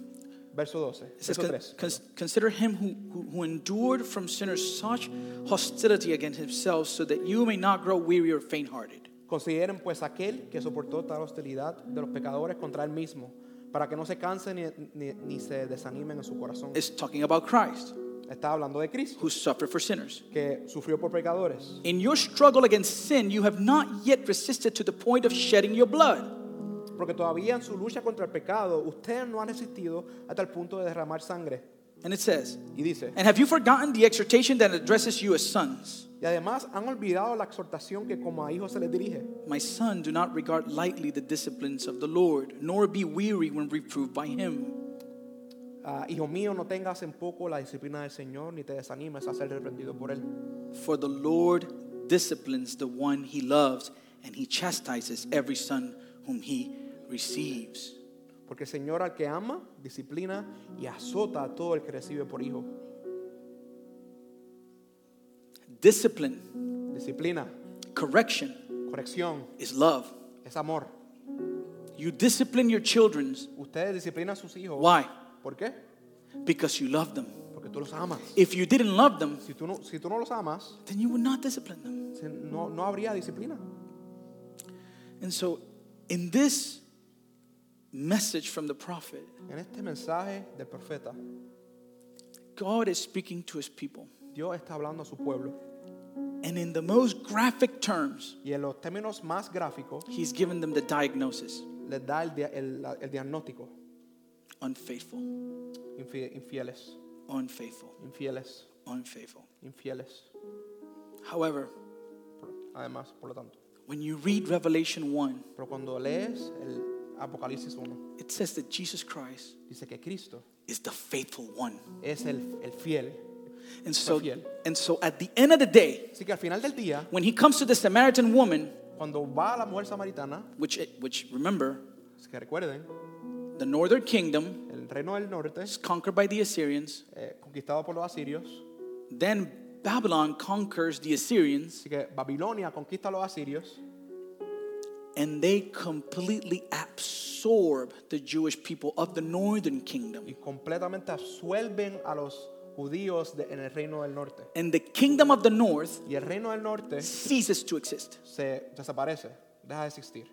verso 12, It says, verso "Con- 3. cons- Consider him who, who, who endured from sinners such hostility against himself, so that you may not grow weary or faint hearted. Consideren pues aquel que soportó tal hostilidad de los pecadores contra él mismo, para que no se cansen ni, ni- ni se desanimen en su corazón. It's talking about Christ, Está hablando de Cristo, who suffered for sinners. que sufrió por pecadores. In your struggle against sin, you have not yet resisted to the point of shedding your blood. Porque todavía en su lucha contra el pecado, ustedes no han resistido hasta el punto de derramar sangre. And it says, Y dice, And have you forgotten the exhortation that addresses you as sons? y además han olvidado la exhortación que como a hijos se les dirige. My son, do not regard lightly the disciplines of the Lord, nor be weary when reproved by him. Ah, hijo mío, no tengas en poco la disciplina del Señor, ni te desanimes a ser reprendido por él. For the Lord disciplines the one he loves, and he chastises every son whom he receives. Porque el Señor al que ama, disciplina y azota a todo el que recibe por hijo. Discipline, Disciplina, correction corrección, is love. es amor. You discipline your children Ustedes disciplinan a sus hijos. Why? ¿Por qué? because you love them. Porque tú los amas. If you didn't love them, Si tú no, si tú no los amas, then you would not discipline them. se- no, no habría disciplina. And so, in this message from the prophet, En este mensaje del profeta, God is speaking to his people. Dios está hablando a su pueblo. And in the most graphic terms, Y en los términos más gráficos, he's given them the diagnosis les da el, dia- el- la- el diagnóstico. unfaithful, Infi- infieles, unfaithful, infieles, unfaithful. infieles. However, Por- además, por lo tanto. when you read Revelation 1, Pero cuando lees el Apocalipsis 1, it says that Jesus Christ dice que Cristo is the faithful one. es el, el fiel. And so, fiel. and so at the end of the day, Así que al final del día, when he comes to the Samaritan woman, cuando va la mujer samaritana, which, eh, which remember, es que recuerden, the northern kingdom el reino del norte is conquered by the Assyrians. eh, conquistado por los asirios. Then Babylon conquers the Assyrians Así que Babilonia conquista a los asirios and they completely absorb the Jewish people of the northern kingdom. y completamente absuelven a los judíos de- en el reino del norte. And the kingdom of the north Y el reino del norte ceases to exist. se desaparece, deja de existir.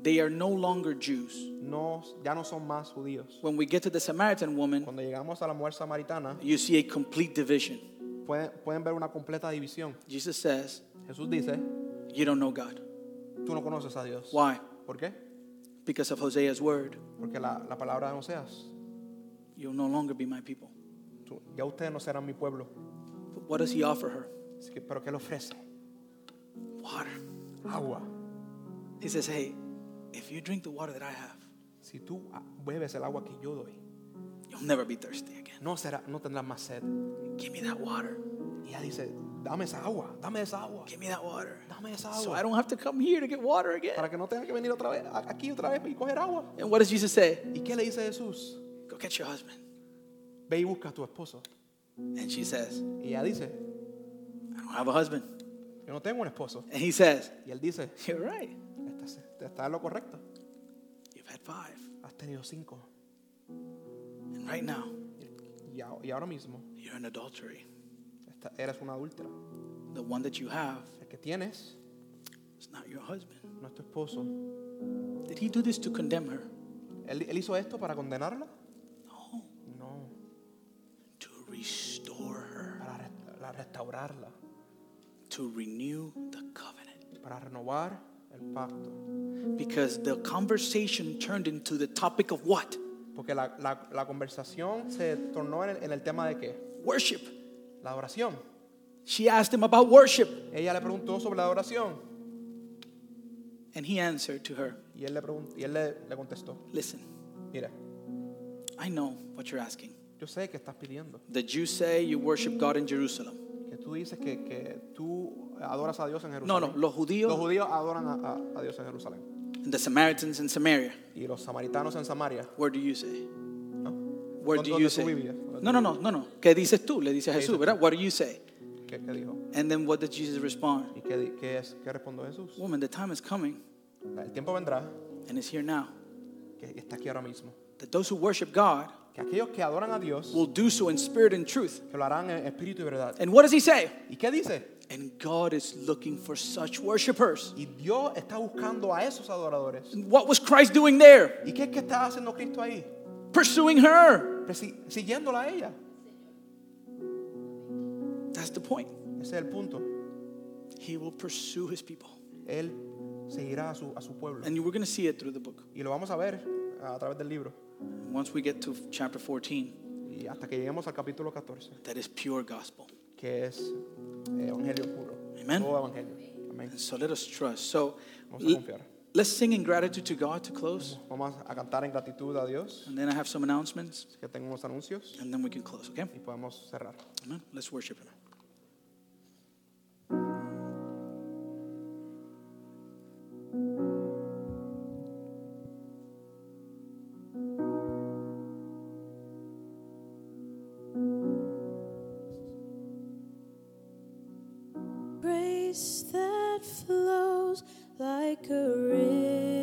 They are no longer Jews. No, ya no son más judíos. When we get to the Samaritan woman, Cuando llegamos a la mujer samaritana, you see a complete division. pueden, pueden ver una completa división. Jesus says, Jesús dice, You don't know God. tú no conoces a Dios. Why? ¿Por qué? Because of Hosea's word, Porque la, la palabra de Oseas, you'll no longer be my people. tú- ya ustedes no serán mi pueblo. But what does he offer her? Así que, ¿Pero qué le ofrece? Water. Agua. He says, Hey, if you drink the water that I have, Si tú ah, bebes el agua que yo doy, you'll never be thirsty again. no, será, no tendrás más sed. Give me that water. Y ella dice, dame esa agua, dame esa agua, Give me that water. dame esa So I agua. don't have to come here to get water again. Para que no tenga que venir otra vez, a- aquí otra vez y coger agua. And what does Jesus say? ¿Y qué le dice Jesús? Go get your husband. Ve y busca a tu esposo. And she says, Y ella dice, I don't have a husband. yo no tengo un esposo. And he says, Y él dice, "Este You're right. estás, estás en lo correcto. You've had five. Has tenido cinco. And right now, Y, a- y ahora mismo you're in adultery. esta- eres una adúltera. The one that you have El que tienes is not your husband. no es tu esposo. Did he do this to condemn her? ¿Él, él hizo esto para condenarla? No. No, To restore her, para, rest- para restaurarla, to renew the covenant. para renovar el pacto. Because the conversation turned into the topic of what? Porque la, la- la conversación se tornó en el, en el tema de qué? Worship. La adoración. She asked him about worship. Ella le preguntó sobre la adoración And he answered to her, y él le, pregun- y él le, le contestó, Listen, mira, I know what you're asking. yo sé que estás pidiendo, The Jews say you worship God in Jerusalem. que tú dices que, que tú adoras a Dios en No, Jerusalén. no, los Los judíos judíos adoran a, a- a Dios en Jerusalén and the Samaritans in Samaria. y los samaritanos en Samaria. Where do you say? ¿no? Where ¿Dó- do dónde you tú say? vivías? No, no, no, no, no. ¿Qué dices tú? Le dice Jesús, dices ¿verdad? What do you say? ¿Qué, qué dijo? And then what did Jesus respond? ¿Y qué, di- qué es, qué respondió Jesús? Woman, the time is coming El tiempo vendrá and it's here now que está aquí ahora mismo. that those who worship God que que aquellos que adoran a Dios, will do so in spirit and truth. que lo harán en espíritu y verdad. And what does he say? ¿Y qué dice? And God is looking for such worshipers. Y Dios está buscando a esos adoradores. What was Christ doing there? ¿Y qué es que está haciendo Cristo ahí? Pursuing her. Persi- Siguiéndola a ella. That's the point. Ese es el punto. He will pursue his people. Él seguirá a su, a su pueblo. And we're going to see it through the book. Y lo vamos a ver a través del libro. Once we get to chapter 14, Y hasta que lleguemos al capítulo 14, that is pure gospel. que es eh, Evangelio puro. Amen. Todo Evangelio. Amén. So let us trust. So Vamos a l- confiar. let's sing in gratitude to God to close. Vamos a cantar en gratitud a Dios. And then I have some announcements, Que tengo unos anuncios and then we can close, okay? y podemos cerrar. Amen. Let's worship him. Grace that flows like a river.